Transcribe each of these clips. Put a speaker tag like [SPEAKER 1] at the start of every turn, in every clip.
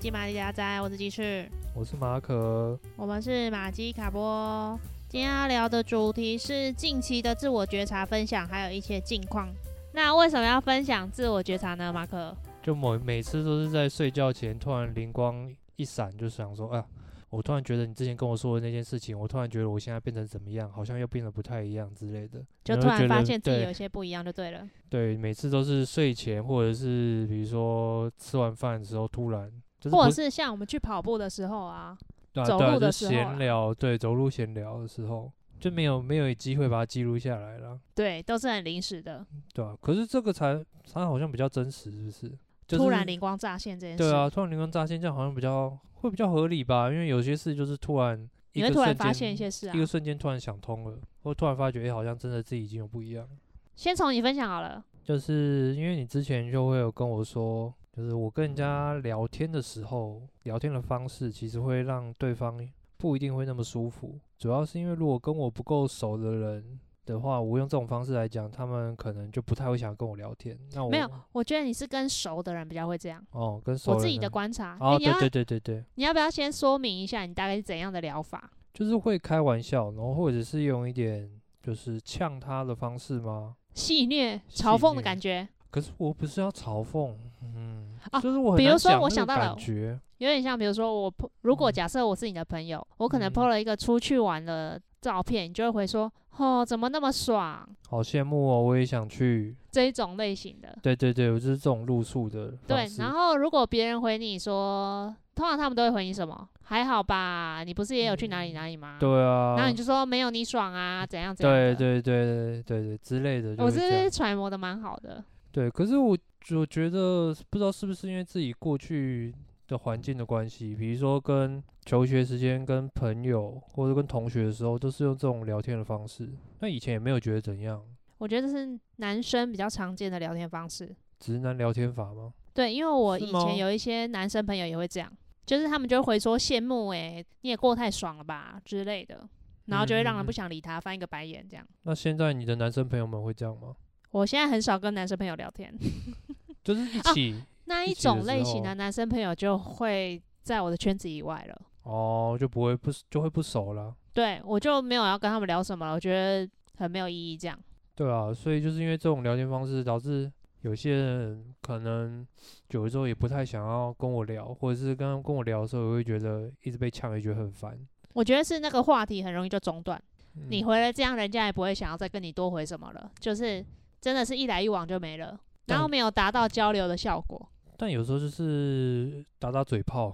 [SPEAKER 1] 基马利加哉，我是鸡翅，
[SPEAKER 2] 我是马可。
[SPEAKER 1] 我们是马基卡波。今天要聊的主题是近期的自我觉察分享，还有一些近况。那为什么要分享自我觉察呢？马可，
[SPEAKER 2] 就某每次都是在睡觉前突然灵光一闪，就想说啊，我突然觉得你之前跟我说的那件事情，我突然觉得我现在变成怎么样，好像又变得不太一样之类的，
[SPEAKER 1] 就
[SPEAKER 2] 后
[SPEAKER 1] 突然
[SPEAKER 2] 觉
[SPEAKER 1] 发
[SPEAKER 2] 得
[SPEAKER 1] 现自己
[SPEAKER 2] 对
[SPEAKER 1] 有些不一样，就对了。
[SPEAKER 2] 对，每次都是睡前或者是比如说吃完饭的时候突然，就是
[SPEAKER 1] 或
[SPEAKER 2] 不
[SPEAKER 1] 者是像我们去跑步的时候啊，
[SPEAKER 2] 对啊
[SPEAKER 1] 走
[SPEAKER 2] 对啊
[SPEAKER 1] 路
[SPEAKER 2] 就
[SPEAKER 1] 的
[SPEAKER 2] 是
[SPEAKER 1] 时候啊
[SPEAKER 2] 闲聊，对，走路闲聊的时候就没有没有机会把它记录下来了，
[SPEAKER 1] 对，都是很临时的，
[SPEAKER 2] 对啊，可是这个才它好像比较真实，是不是？就是、
[SPEAKER 1] 突然灵光乍现这件事。
[SPEAKER 2] 对啊，突然灵光乍现，这样好像比较会比较合理吧？因为有些事就是突然
[SPEAKER 1] 你
[SPEAKER 2] 一个
[SPEAKER 1] 会突然
[SPEAKER 2] 瞬
[SPEAKER 1] 发
[SPEAKER 2] 间，
[SPEAKER 1] 现一些事啊
[SPEAKER 2] 一。个瞬间突然想通了，或突然发觉，哎、好像真的自己已经有不一样了。
[SPEAKER 1] 先从你分享好了。
[SPEAKER 2] 就是因为你之前就会有跟我说，就是我跟人家聊天的时候，聊天的方式其实会让对方不一定会那么舒服，主要是因为如果跟我不够熟的人。的话，我用这种方式来讲，他们可能就不太会想跟我聊天。那我
[SPEAKER 1] 没有，我觉得你是跟熟的人比较会这样。
[SPEAKER 2] 哦，跟熟
[SPEAKER 1] 我
[SPEAKER 2] 人
[SPEAKER 1] 自己
[SPEAKER 2] 呢
[SPEAKER 1] 的观察，哎
[SPEAKER 2] 哦，
[SPEAKER 1] 你要
[SPEAKER 2] 对对对对对，
[SPEAKER 1] 你要不要先说明一下你大概是怎样的疗法？
[SPEAKER 2] 就是会开玩笑，然后或者是用一点就是呛他的方式吗？
[SPEAKER 1] 戏谑、
[SPEAKER 2] 戏
[SPEAKER 1] 嘲讽的
[SPEAKER 2] 谑
[SPEAKER 1] 感觉，
[SPEAKER 2] 可是我不是要嘲讽，嗯，
[SPEAKER 1] 啊
[SPEAKER 2] 就是我很
[SPEAKER 1] 比如
[SPEAKER 2] 难
[SPEAKER 1] 说
[SPEAKER 2] 讲
[SPEAKER 1] 我
[SPEAKER 2] 那
[SPEAKER 1] 想
[SPEAKER 2] 个
[SPEAKER 1] 到了
[SPEAKER 2] 感觉，
[SPEAKER 1] 有点像，比如说我 po- 如果
[SPEAKER 2] 嗯
[SPEAKER 1] 假设我是你的朋友，我可能
[SPEAKER 2] 嗯
[SPEAKER 1] po 了一个出去玩的照片，你就会回说：“哦，怎么那么爽
[SPEAKER 2] 好羡慕哦，我也想去。？”
[SPEAKER 1] 这一种类型的。
[SPEAKER 2] 对对对，我就是这种路数的
[SPEAKER 1] 对
[SPEAKER 2] 方，式。
[SPEAKER 1] 然后如果别人回你说，通常他们都会回你什么？还好吧，你不是也有去哪里哪里吗？
[SPEAKER 2] 嗯对啊，
[SPEAKER 1] 然后你就说没有你爽啊，怎样怎样
[SPEAKER 2] 对
[SPEAKER 1] 的。
[SPEAKER 2] 对对对对对之类的，就
[SPEAKER 1] 我
[SPEAKER 2] 会这样
[SPEAKER 1] 是揣摩的蛮好的。
[SPEAKER 2] 对，可是我我觉得不知道是不是因为自己过去的环境的关系，比如说跟求学时间、跟朋友或者跟同学的时候，都是用这种聊天的方式。那以前也没有觉得怎样，
[SPEAKER 1] 我觉得这是男生比较常见的聊天方式。
[SPEAKER 2] 直男聊天法吗？
[SPEAKER 1] 对，因为我
[SPEAKER 2] 是
[SPEAKER 1] 以
[SPEAKER 2] 吗
[SPEAKER 1] 前有一些男生朋友也会这样，就是他们就会回说羡慕诶、你也过太爽了吧之类的，然后就会让人不
[SPEAKER 2] 嗯嗯嗯
[SPEAKER 1] 想理他，翻一个白眼这样。
[SPEAKER 2] 那现在你的男生朋友们会这样吗？
[SPEAKER 1] 我现在很少跟男生朋友聊天，
[SPEAKER 2] 就是一
[SPEAKER 1] 啊
[SPEAKER 2] 起
[SPEAKER 1] 那一
[SPEAKER 2] 一起的
[SPEAKER 1] 种
[SPEAKER 2] 时
[SPEAKER 1] 类型的
[SPEAKER 2] 候
[SPEAKER 1] 男生朋友就会在我的圈子以外了。
[SPEAKER 2] 哦就不会不就会不熟了。
[SPEAKER 1] 对我就没有要跟他们聊什么了，我觉得很没有意义这样。
[SPEAKER 2] 对啊，所以就是因为这种聊天方式，导致有些人可能有的时候也不太想要跟我聊，或者是刚刚跟我聊的时候，我会觉得一直被呛，也觉得很烦。
[SPEAKER 1] 我觉得是那个话题很容易就中断，你
[SPEAKER 2] 嗯
[SPEAKER 1] 回了这样，人家也不会想要再跟你多回什么了，就是真的是一来一往就没了，然后
[SPEAKER 2] 但
[SPEAKER 1] 没有达到交流的效果。
[SPEAKER 2] 但有时候就是打打嘴炮，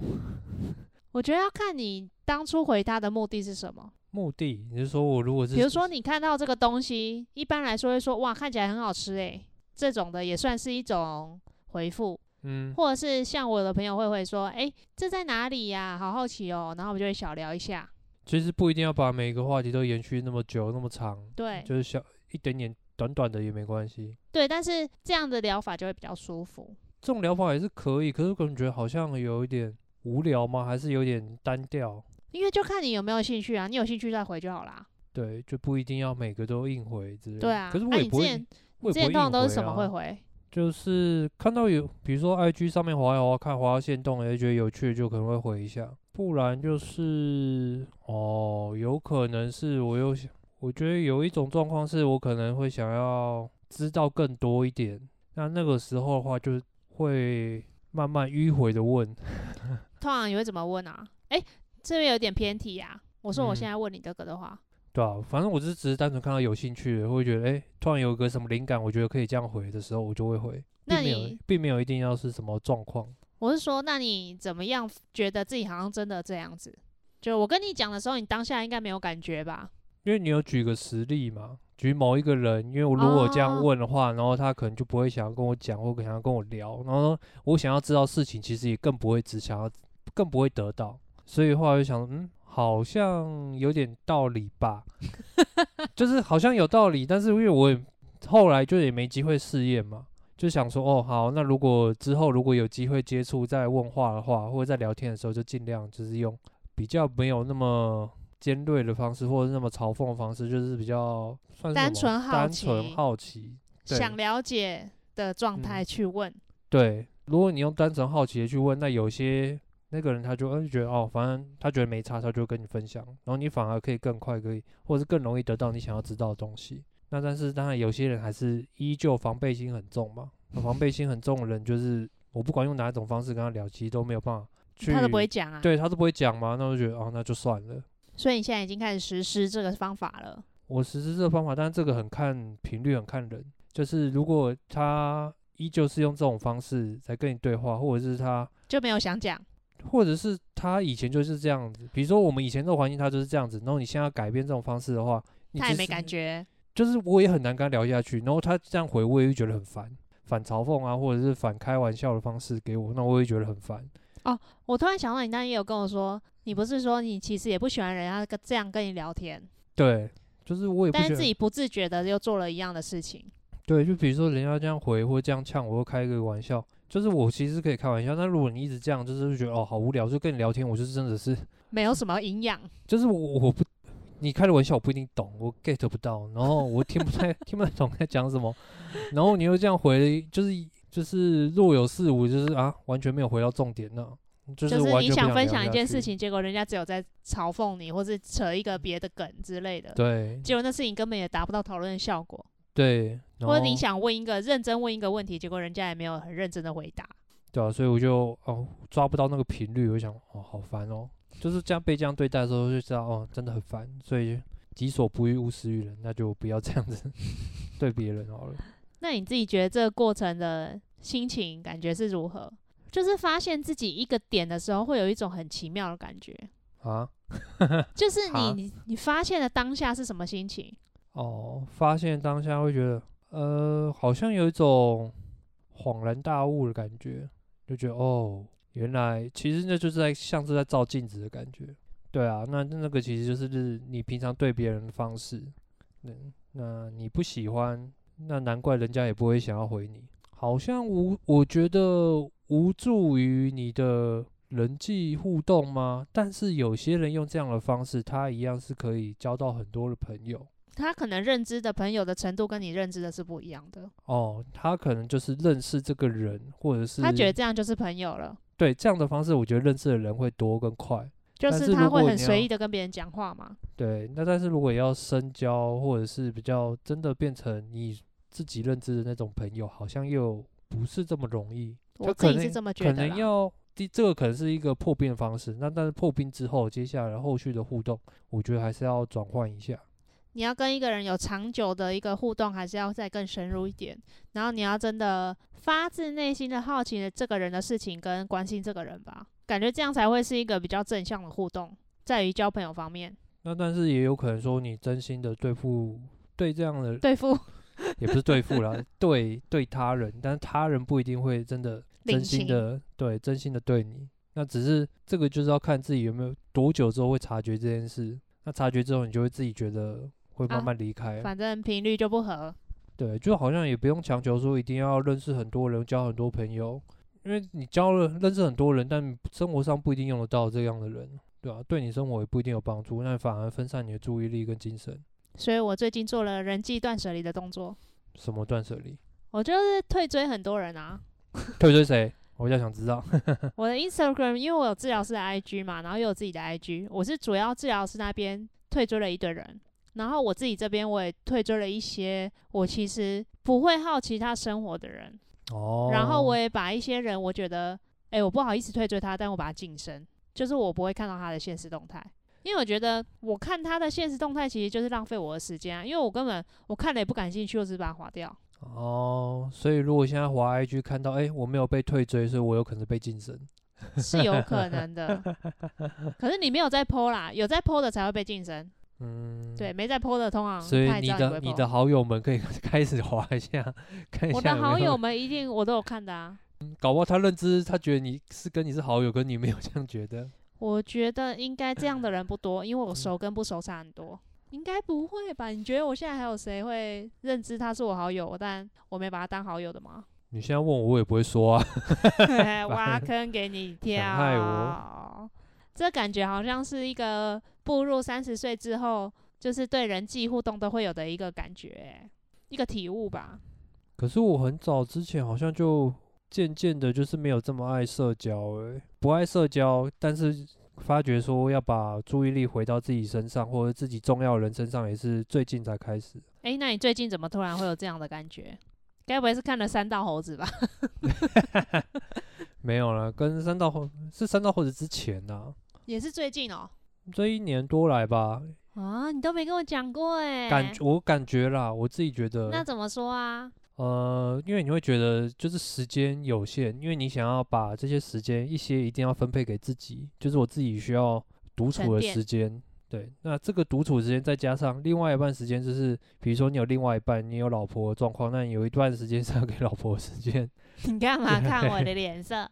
[SPEAKER 1] 我觉得要看你当初回他的目的是什么。
[SPEAKER 2] 目的你是说我如果是
[SPEAKER 1] 比如说，你看到这个东西，一般来说会说“哇，看起来很好吃诶”，这种的也算是一种回复，
[SPEAKER 2] 嗯
[SPEAKER 1] 或者是像我的朋友会会说“诶，这在哪里呀、好好奇哦”，然后我们就会小聊一下。
[SPEAKER 2] 其实不一定要把每个话题都延续那么久那么长，
[SPEAKER 1] 对
[SPEAKER 2] 就是小一点点短短的也没关系。
[SPEAKER 1] 对，但是这样的疗法就会比较舒服。
[SPEAKER 2] 这种疗法也是可以，可是我感觉好像有一点无聊吗？还是有点单调？
[SPEAKER 1] 因为就看你有没有兴趣啊，你有兴趣再回就好啦。
[SPEAKER 2] 对，就不一定要每个都硬回之类的。
[SPEAKER 1] 对啊，
[SPEAKER 2] 可是我
[SPEAKER 1] 那、
[SPEAKER 2] 也
[SPEAKER 1] 你之
[SPEAKER 2] 不会，
[SPEAKER 1] 前
[SPEAKER 2] 我也不
[SPEAKER 1] 之
[SPEAKER 2] 会
[SPEAKER 1] 前
[SPEAKER 2] 硬
[SPEAKER 1] 通常都是
[SPEAKER 2] 回
[SPEAKER 1] 什么
[SPEAKER 2] 啊
[SPEAKER 1] 会回？
[SPEAKER 2] 就是看到有，比如说 IG 上面滑一滑，看滑到线动，也觉得有趣，就可能会回一下。不然就是哦，有可能是我又想，我觉得有一种状况是我可能会想要知道更多一点。那那个时候的话，就是会慢慢迂回的问。
[SPEAKER 1] 通常你会怎么问啊？诶，这边有点偏题呀、我说我
[SPEAKER 2] 嗯
[SPEAKER 1] 现在问你这个的话，
[SPEAKER 2] 对啊，反正我就是只是单纯看到有兴趣的，会觉得诶，突然有个什么灵感，我觉得可以这样回的时候，我就会回，
[SPEAKER 1] 那
[SPEAKER 2] 并没有
[SPEAKER 1] 你
[SPEAKER 2] 并没有一定要是什么状况。
[SPEAKER 1] 我是说，那你怎么样觉得自己好像真的这样子？就我跟你讲的时候，你当下应该没有感觉吧？
[SPEAKER 2] 因为你有举个实例嘛，举某一个人，因为我如果这样
[SPEAKER 1] 哦
[SPEAKER 2] 问的话，然后他可能就不会想要跟我讲，或想要跟我聊，然后我想要知道事情，其实也更不会只想要，更不会得到，所以后来就想，嗯，好像有点道理吧， 就是好像有道理，但是因为我也后来就也没机会试验嘛，就想说，哦，好，那如果之后如果有机会接触再问话的话，或者在聊天的时候，就尽量就是用比较没有那么尖锐的方式，或者是那么嘲讽的方式，就是比较算是
[SPEAKER 1] 单
[SPEAKER 2] 什么
[SPEAKER 1] 纯好
[SPEAKER 2] 单
[SPEAKER 1] 奇
[SPEAKER 2] 纯好奇，对嗯
[SPEAKER 1] 想了解的状态去问，
[SPEAKER 2] 对。如果你用单纯好奇的去问，那有些那个人他就嗯觉得哦，反正他觉得没差，他就跟你分享，然后你反而可以更快可以，或者是更容易得到你想要知道的东西。那但是当然有些人还是依旧防备心很重嘛，那防备心很重的人就是我不管用哪一种方式跟他聊，其实都没有办法去，
[SPEAKER 1] 他都不会讲啊。，
[SPEAKER 2] 对他都不会讲嘛，那我就觉得哦那就算了。
[SPEAKER 1] 所以你现在已经开始实施这个方法了。
[SPEAKER 2] 我实施这个方法，但是这个很看频率，很看人。就是如果他依旧是用这种方式在跟你对话，或者是他，
[SPEAKER 1] 就没有想讲，
[SPEAKER 2] 或者是他以前就是这样子，比如说我们以前这个环境他就是这样子，然后你现在要改变这种方式的话，你
[SPEAKER 1] 他也
[SPEAKER 2] 其
[SPEAKER 1] 没
[SPEAKER 2] 实
[SPEAKER 1] 感觉。
[SPEAKER 2] 就是我也很难跟他聊下去，然后他这样回我也会觉得很烦，反嘲讽啊，或者是反开玩笑的方式给我，那我也觉得很烦。
[SPEAKER 1] 我突然想到，你那天也有跟我说，你不是说你其实也不喜欢人家跟这样跟你聊天，
[SPEAKER 2] 对，就是我也不
[SPEAKER 1] 但
[SPEAKER 2] 觉
[SPEAKER 1] 是
[SPEAKER 2] 得
[SPEAKER 1] 自己不自觉的又做了一样的事情。
[SPEAKER 2] 对，就比如说人家这样回或这样呛我，或开一个玩笑，就是我其实可以开玩笑，但如果你一直这样，就是会觉得哦好无聊，就跟你聊天，我就是真的是，
[SPEAKER 1] 没有什么营养，
[SPEAKER 2] 就是我我不，你开的玩笑我不一定懂，我 get 不到，然后我听不太 听不太懂在讲什么，然后你又这样回，就是就是若有似无，就是啊完全没有回到重点呢、就
[SPEAKER 1] 就是是
[SPEAKER 2] 完
[SPEAKER 1] 你
[SPEAKER 2] 全不
[SPEAKER 1] 想分
[SPEAKER 2] 聊
[SPEAKER 1] 享一
[SPEAKER 2] 下
[SPEAKER 1] 件
[SPEAKER 2] 去
[SPEAKER 1] 事，情，结果人家只有在嘲讽你，或是扯一个别的梗之类的，
[SPEAKER 2] 对
[SPEAKER 1] 结果那事情根本也达不到讨论的效果。
[SPEAKER 2] 对，然
[SPEAKER 1] 或者你
[SPEAKER 2] 后
[SPEAKER 1] 想问一个认真问一个问题，结果人家也没有很认真的回答。
[SPEAKER 2] 对啊，所以我就哦抓不到那个频率，我就想哦好烦哦，就是这样被这样对待的时候就知道哦真的很烦，所以己所不欲勿施于人，那就不要这样子 对别人好了。
[SPEAKER 1] 那你自己觉得这个过程的心情感觉是如何？就是发现自己一个点的时候，会有一种很奇妙的感觉，
[SPEAKER 2] 啊，
[SPEAKER 1] 就是你
[SPEAKER 2] 啊
[SPEAKER 1] 你你发现了当下是什么心情？
[SPEAKER 2] 哦，发现当下会觉得呃好像有一种恍然大悟的感觉，就觉得哦原来其实那就是在像是在照镜子的感觉。对啊，那那个其实就是你平常对别人的方式，嗯，那你不喜欢，那难怪人家也不会想要回你。好像无，我觉得无助于你的人际互动吗？但是有些人用这样的方式，他一样是可以交到很多的朋友
[SPEAKER 1] 他可能认知的朋友的程度跟你认知的是不一样的，
[SPEAKER 2] 哦。他可能就是认识这个人，或者是
[SPEAKER 1] 他觉得这样就是朋友了。
[SPEAKER 2] 对这样的方式，我觉得认识的人会多更快。
[SPEAKER 1] 就
[SPEAKER 2] 但
[SPEAKER 1] 是
[SPEAKER 2] 是
[SPEAKER 1] 他
[SPEAKER 2] 如
[SPEAKER 1] 会
[SPEAKER 2] 果
[SPEAKER 1] 很
[SPEAKER 2] 你
[SPEAKER 1] 随
[SPEAKER 2] 要
[SPEAKER 1] 意的跟别人讲话嘛。
[SPEAKER 2] 对，那但是如果要深交，或者是比较真的变成你自己认知的那种朋友，好像又不是这么容易。
[SPEAKER 1] 我
[SPEAKER 2] 就
[SPEAKER 1] 自
[SPEAKER 2] 可
[SPEAKER 1] 己是
[SPEAKER 2] 能
[SPEAKER 1] 这么觉
[SPEAKER 2] 可
[SPEAKER 1] 得
[SPEAKER 2] 能
[SPEAKER 1] 啦。
[SPEAKER 2] 要第这个可能是一个破冰的方式，那但是破冰之后，接下来后续的互动，我觉得还是要转换一下。
[SPEAKER 1] 你要跟一个人有长久的一个互动，还是要再更深入一点。然后你要真的发自内心的好奇这个人的事情跟关心这个人吧，感觉这样才会是一个比较正向的互动，在于交朋友方面
[SPEAKER 2] 那但是也有可能说你真心的对付对这样的
[SPEAKER 1] 对付
[SPEAKER 2] 也不是对付啦， 对对他人，但是他人不一定会真的
[SPEAKER 1] 领
[SPEAKER 2] 真心
[SPEAKER 1] 情
[SPEAKER 2] 的对真心的对你。那只是这个就是要看自己有没有多久之后会察觉这件事。那察觉之后，你就会自己觉得会
[SPEAKER 1] 啊
[SPEAKER 2] 慢慢离开。
[SPEAKER 1] 反正频率就不合。
[SPEAKER 2] 对，就好像也不用强求说一定要认识很多人，交很多朋友，因为你交了认识很多人，但生活上不一定用得到这样的人，对啊，对你生活也不一定有帮助，那反而分散你的注意力跟精神。
[SPEAKER 1] 所以我最近做了人际断舍离的动作，
[SPEAKER 2] 什么断舍离？
[SPEAKER 1] 我就是退追很多人啊。
[SPEAKER 2] 退追谁？我比较想知道。
[SPEAKER 1] 我的 Instagram，因为我有治疗师的 IG 嘛，然后又有自己的 IG，我是主要治疗师那边退追了一堆人，然后我自己这边我也退追了一些我其实不会好奇他生活的人，
[SPEAKER 2] 哦，
[SPEAKER 1] 然后我也把一些人我觉得，哎、我不好意思退追他，但我把他晋升，就是我不会看到他的现实动态。因为我觉得我看他的现实动态其实就是浪费我的时间啊，因为我根本我看了也不感兴趣，我只是把它划掉。
[SPEAKER 2] 哦，所以如果现在滑 IG 看到，哎、我没有被退追，所以我有可能是被晋升。
[SPEAKER 1] 是有可能的。可是你没有在 PO 啦，有在 PO 的才会被晋升。
[SPEAKER 2] 嗯，
[SPEAKER 1] 对，。没在 PO 的通常
[SPEAKER 2] 所以
[SPEAKER 1] 他也
[SPEAKER 2] 你
[SPEAKER 1] 知道你不会
[SPEAKER 2] 的你
[SPEAKER 1] po
[SPEAKER 2] 的好友们可以 开始滑一下，看一下
[SPEAKER 1] 我的
[SPEAKER 2] 有没
[SPEAKER 1] 好
[SPEAKER 2] 有
[SPEAKER 1] 友们一定我都有看的啊。
[SPEAKER 2] 搞不好他认知，他觉得你是跟你是好友，可你没有这样觉得。
[SPEAKER 1] 我觉得应该这样的人不多，因为
[SPEAKER 2] 嗯
[SPEAKER 1] 我熟跟不熟差很多。应该不会吧？你觉得我现在还有谁会认知他是我好友，但我没把他当好友的 吗？
[SPEAKER 2] 你现在问我，我也不会说啊。
[SPEAKER 1] 挖坑给你
[SPEAKER 2] 想害
[SPEAKER 1] 跳，这感觉好像是一个步入三十岁之后，就是对人际互动都会有的一个感觉欸、一个体悟吧。
[SPEAKER 2] 可是我很早之前好像就渐渐的，就是没有这么爱社交、欸，不爱社交，但是发觉说要把注意力回到自己身上，或者自己重要的人身上，也是最近才开始。
[SPEAKER 1] 诶，那你最近怎么突然会有这样的感觉？该不会是看了三道猴子吧？
[SPEAKER 2] 没有啦，跟三道猴是三道猴子之前呐、
[SPEAKER 1] 也是最近哦。
[SPEAKER 2] 这一年多来吧，
[SPEAKER 1] 啊，你都没跟我讲过诶。
[SPEAKER 2] 感我感觉啦，我自己觉
[SPEAKER 1] 哎那
[SPEAKER 2] 得，
[SPEAKER 1] 怎么说啊？
[SPEAKER 2] 呃，因为你会觉得就是时间有限，因为你想要把这些时间一些一定要分配给自己，就是我自己需要独
[SPEAKER 1] 沉
[SPEAKER 2] 处的
[SPEAKER 1] 淀
[SPEAKER 2] 时间。对，那这个独处时间再加上另外一半时间，就是比如说你有另外一半，你有老婆的状况，那你有一段时间是要给老婆的时间，
[SPEAKER 1] 你干嘛看我的脸色？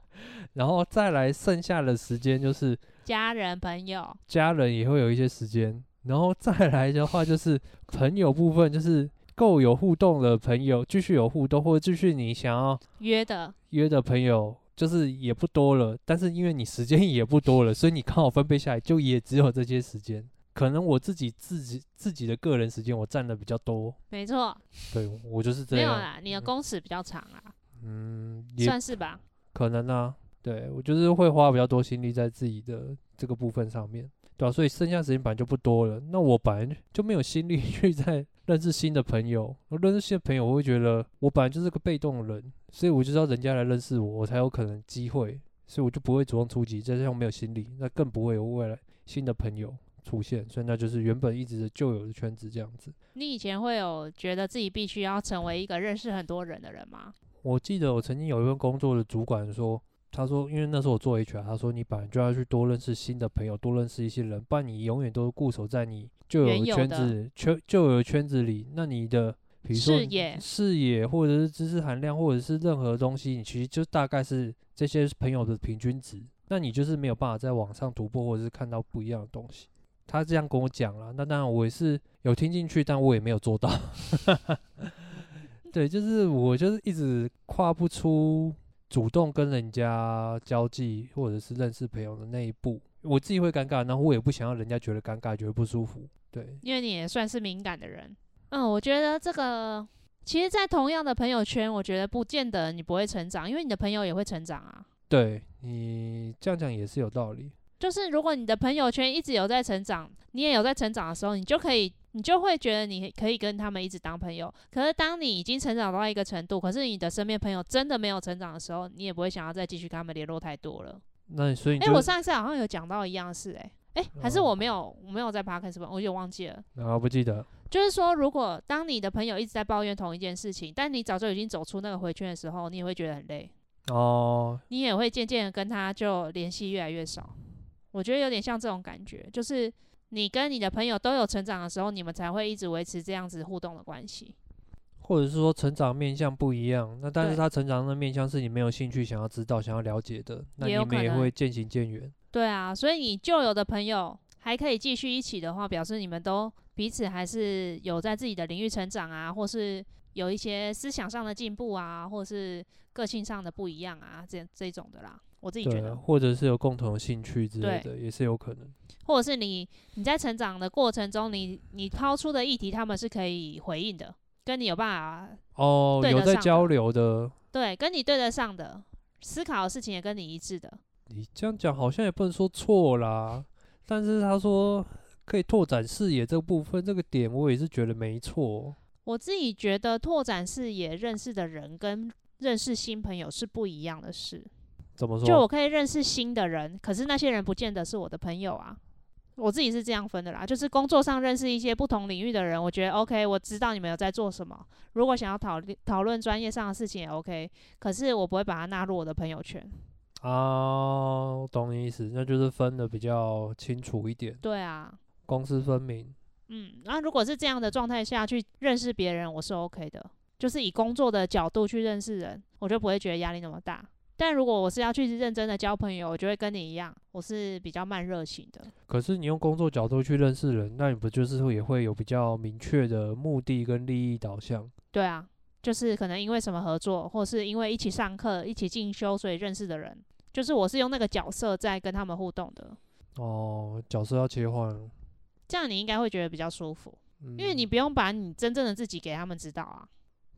[SPEAKER 2] 然后再来剩下的时间就是
[SPEAKER 1] 家人朋友，
[SPEAKER 2] 家人也会有一些时间，然后再来的话就是 朋友部分，就是够有互动的朋友，继续有互动，或者继续你想要
[SPEAKER 1] 约的，
[SPEAKER 2] 约的朋友，就是也不多了，但是因为你时间也不多了，所以你刚好分配下来就也只有这些时间。可能我自己自己自己的个人时间我占的比较多，
[SPEAKER 1] 没错，
[SPEAKER 2] 对我就是这
[SPEAKER 1] 没有
[SPEAKER 2] 样，
[SPEAKER 1] 啦，你的
[SPEAKER 2] 嗯
[SPEAKER 1] 工时比较长啊，
[SPEAKER 2] 嗯，也
[SPEAKER 1] 算是吧。
[SPEAKER 2] 可能啊，对我就是会花比较多心力在自己的这个部分上面，对啊，所以剩下时间本来就不多了，那我本来就没有心力 去在认识新的朋友，我认识新的朋友，我会觉得我本来就是个被动的人，所以我就知道人家来认识我，我才有可能机会，所以我就不会主动出击，再加上没有心力，那更不会有未来新的朋友出现，所以那就是原本一直旧有的圈子这样子。
[SPEAKER 1] 你以前会有觉得自己必须要成为一个认识很多人的人吗？
[SPEAKER 2] 我记得我曾经有一份工作的主管说，他说，因为那时候我做 HR，他说你本来就要去多认识新的朋友，多认识一些人，不然你永远都固守在你旧
[SPEAKER 1] 原
[SPEAKER 2] 有
[SPEAKER 1] 有
[SPEAKER 2] 圈
[SPEAKER 1] 的
[SPEAKER 2] 子圈旧有圈子里，那你的比如说
[SPEAKER 1] 视野
[SPEAKER 2] 视野或者是知识含量或者是任何东西，你其实就大概是这些朋友的平均值，那你就是没有办法在网上突破或者是看到不一样的东西。他这样跟我讲了，那当然我也是有听进去，但我也没有做到。 对，就是我就是一直跨不出主动跟人家交际或者是认识朋友的那一步，我自己会尴尬，然后我也不想让人家觉得尴尬，觉得不舒服。对，
[SPEAKER 1] 因为你也算是敏感的人。嗯，我觉得这个其实，在同样的朋友圈，我觉得不见得你不会成长，因为你的朋友也会成长啊。
[SPEAKER 2] 对你这样讲也是有道理。
[SPEAKER 1] 就是如果你的朋友圈一直有在成长，你也有在成长的时候，你就可以，你就会觉得你可以跟他们一直当朋友。可是当你已经成长到一个程度，可是你的身边朋友真的没有成长的时候，你也不会想要再继续跟他们联络太多了。
[SPEAKER 2] 那你所以你
[SPEAKER 1] 诶，
[SPEAKER 2] 就
[SPEAKER 1] 哎我上一次好像有讲到一样的事、诶，诶，还是
[SPEAKER 2] 哦
[SPEAKER 1] 我没有，我没有在 p o d c a s 我有点忘记了。
[SPEAKER 2] 啊不记得，
[SPEAKER 1] 就是说，如果当你的朋友一直在抱怨同一件事情，但你早就已经走出那个回圈的时候，你也会觉得很累，
[SPEAKER 2] 哦，
[SPEAKER 1] 你也会渐渐的跟他就联系越来越少。我觉得有点像这种感觉，就是你跟你的朋友都有成长的时候，你们才会一直维持这样子互动的关系。
[SPEAKER 2] 或者是说成长面向不一样，那但是
[SPEAKER 1] 对
[SPEAKER 2] 他成长的面向是你没有兴趣想要知道、想要了解的，那
[SPEAKER 1] 也
[SPEAKER 2] 你
[SPEAKER 1] 有
[SPEAKER 2] 们
[SPEAKER 1] 可
[SPEAKER 2] 也
[SPEAKER 1] 能
[SPEAKER 2] 会渐行渐远。
[SPEAKER 1] 对啊，所以你旧有的朋友还可以继续一起的话，表示你们都彼此还是有在自己的领域成长啊，或是有一些思想上的进步啊，或是个性上的不一样啊，这这种的啦。我自己觉
[SPEAKER 2] 对
[SPEAKER 1] 得
[SPEAKER 2] 啊，，或者是有共同的兴趣之类
[SPEAKER 1] 对
[SPEAKER 2] 的，也是有可能。
[SPEAKER 1] 或者是你你在成长的过程中，你你抛出的议题，他们是可以回应的，跟你有办法
[SPEAKER 2] 哦，
[SPEAKER 1] 对
[SPEAKER 2] 有
[SPEAKER 1] 得
[SPEAKER 2] 在
[SPEAKER 1] 上的
[SPEAKER 2] 交流的，
[SPEAKER 1] 对，跟你对得上的，思考的事情也跟你一致的。
[SPEAKER 2] 你这样讲好像也不能说错啦，但是他说可以拓展视野这个部分，这个点我也是觉得没错。
[SPEAKER 1] 我自己觉得拓展视野、认识的人跟认识新朋友是不一样的事。
[SPEAKER 2] 怎么
[SPEAKER 1] 就我
[SPEAKER 2] 说？
[SPEAKER 1] 可以认识新的人，可是那些人不见得是我的朋友啊。我自己是这样分的啦，就是工作上认识一些不同领域的人，我觉得 OK，我知道你们有在做什么。如果想要讨论讨论专业上的事情也 OK，可是我不会把它纳入我的朋友圈。
[SPEAKER 2] 啊，我懂你意思，那就是分的比较清楚一点，
[SPEAKER 1] 对啊，
[SPEAKER 2] 公私分明。
[SPEAKER 1] 嗯，那、如果是这样的状态下去认识别人，我是 OK 的，就是以工作的角度去认识人，我就不会觉得压力那么大。但如果我是要去认真的交朋友，我就会跟你一样，我是比较慢热型的。
[SPEAKER 2] 可是你用工作角度去认识人，那你不就是会也会有比较明确的目的跟利益导向？
[SPEAKER 1] 对啊，就是可能因为什么合作，或是因为一起上课、一起进修，所以认识的人，就是我是用那个角色在跟他们互动的，
[SPEAKER 2] 哦，角色要切换了，嗯
[SPEAKER 1] 这样你应该会觉得比较舒服，
[SPEAKER 2] 因
[SPEAKER 1] 因为你不用把你真正的自己给他们知道啊。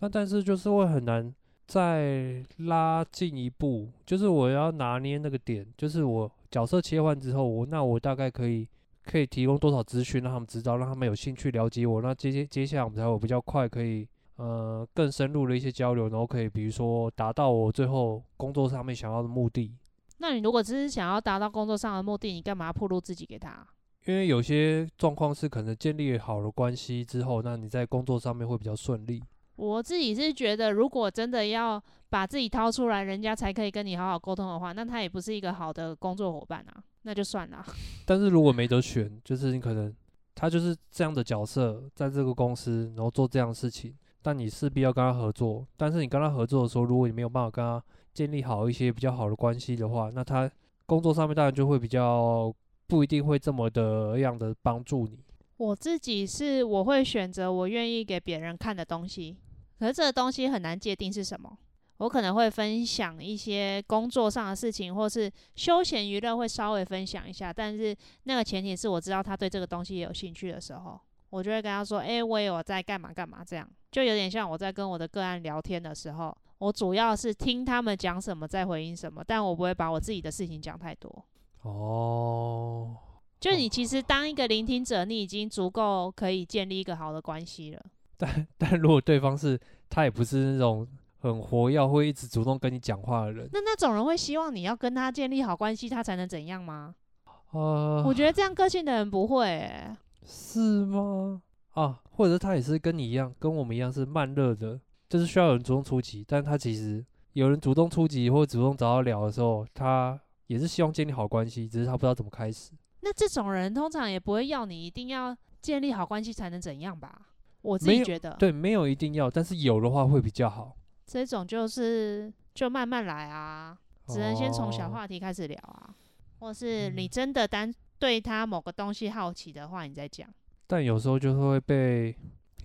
[SPEAKER 2] 那但是就是会很难再拉近一步，就是我要拿捏那个点，就是我角色切换之后，我那我大概可以可以提供多少资讯让他们知道，让他们有兴趣了解我，那接接接下来我们才会比较快可以呃更深入的一些交流，然后可以比如说达到我最后工作上面想要的目的。
[SPEAKER 1] 那你如果只是想要达到工作上的目的，你干嘛暴露自己给他？啊
[SPEAKER 2] 因为有些状况是可能建立好了关系之后，那你在工作上面会比较顺利。
[SPEAKER 1] 我自己是觉得，如果真的要把自己掏出来，人家才可以跟你好好沟通的话，那他也不是一个好的工作伙伴啊，那就算了。
[SPEAKER 2] 但是如果没得选，就是你可能他就是这样的角色，在这个公司，然后做这样的事情，但你势必要跟他合作。但是你跟他合作的时候，如果你没有办法跟他建立好一些比较好的关系的话，那他工作上面当然就会比较不一定会这么的样的帮助你。
[SPEAKER 1] 我自己是我会选择我愿意给别人看的东西，可是这个东西很难界定是什么。我可能会分享一些工作上的事情，或是休闲娱乐会稍微分享一下，但是那个前提是我知道他对这个东西有兴趣的时候，我就会跟他说：“诶、我也有在干嘛干嘛。”这样就有点像我在跟我的个案聊天的时候，我主要是听他们讲什么再回应什么，但我不会把我自己的事情讲太多。
[SPEAKER 2] 哦，
[SPEAKER 1] 就
[SPEAKER 2] 哦
[SPEAKER 1] 你其实当一个聆听者，你已经足够可以建立一个好的关系了。
[SPEAKER 2] 但如果对方是他也不是那种很活跃，会一直主动跟你讲话的人，
[SPEAKER 1] 那那种人会希望你要跟他建立好关系，他才能怎样吗？
[SPEAKER 2] 啊、
[SPEAKER 1] 我觉得这样个性的人不会、欸。
[SPEAKER 2] 是吗？啊，或者是他也是跟你一样，跟我们一样是慢热的，就是需要有人主动出击，但他其实有人主动出击或主动找他聊的时候，他也是希望建立好关系，只是他不知道怎么开始。
[SPEAKER 1] 那这种人通常也不会要你一定要建立好关系才能怎样吧？我自
[SPEAKER 2] 没
[SPEAKER 1] 己
[SPEAKER 2] 有
[SPEAKER 1] 觉得，
[SPEAKER 2] 对，没有一定要，但是有的话会比较好。
[SPEAKER 1] 这种就是就慢慢来啊，只能先从小
[SPEAKER 2] 哦
[SPEAKER 1] 话题开始聊啊，或是
[SPEAKER 2] 嗯
[SPEAKER 1] 你真的单对他某个东西好奇的话，你再讲。
[SPEAKER 2] 但有时候就是会被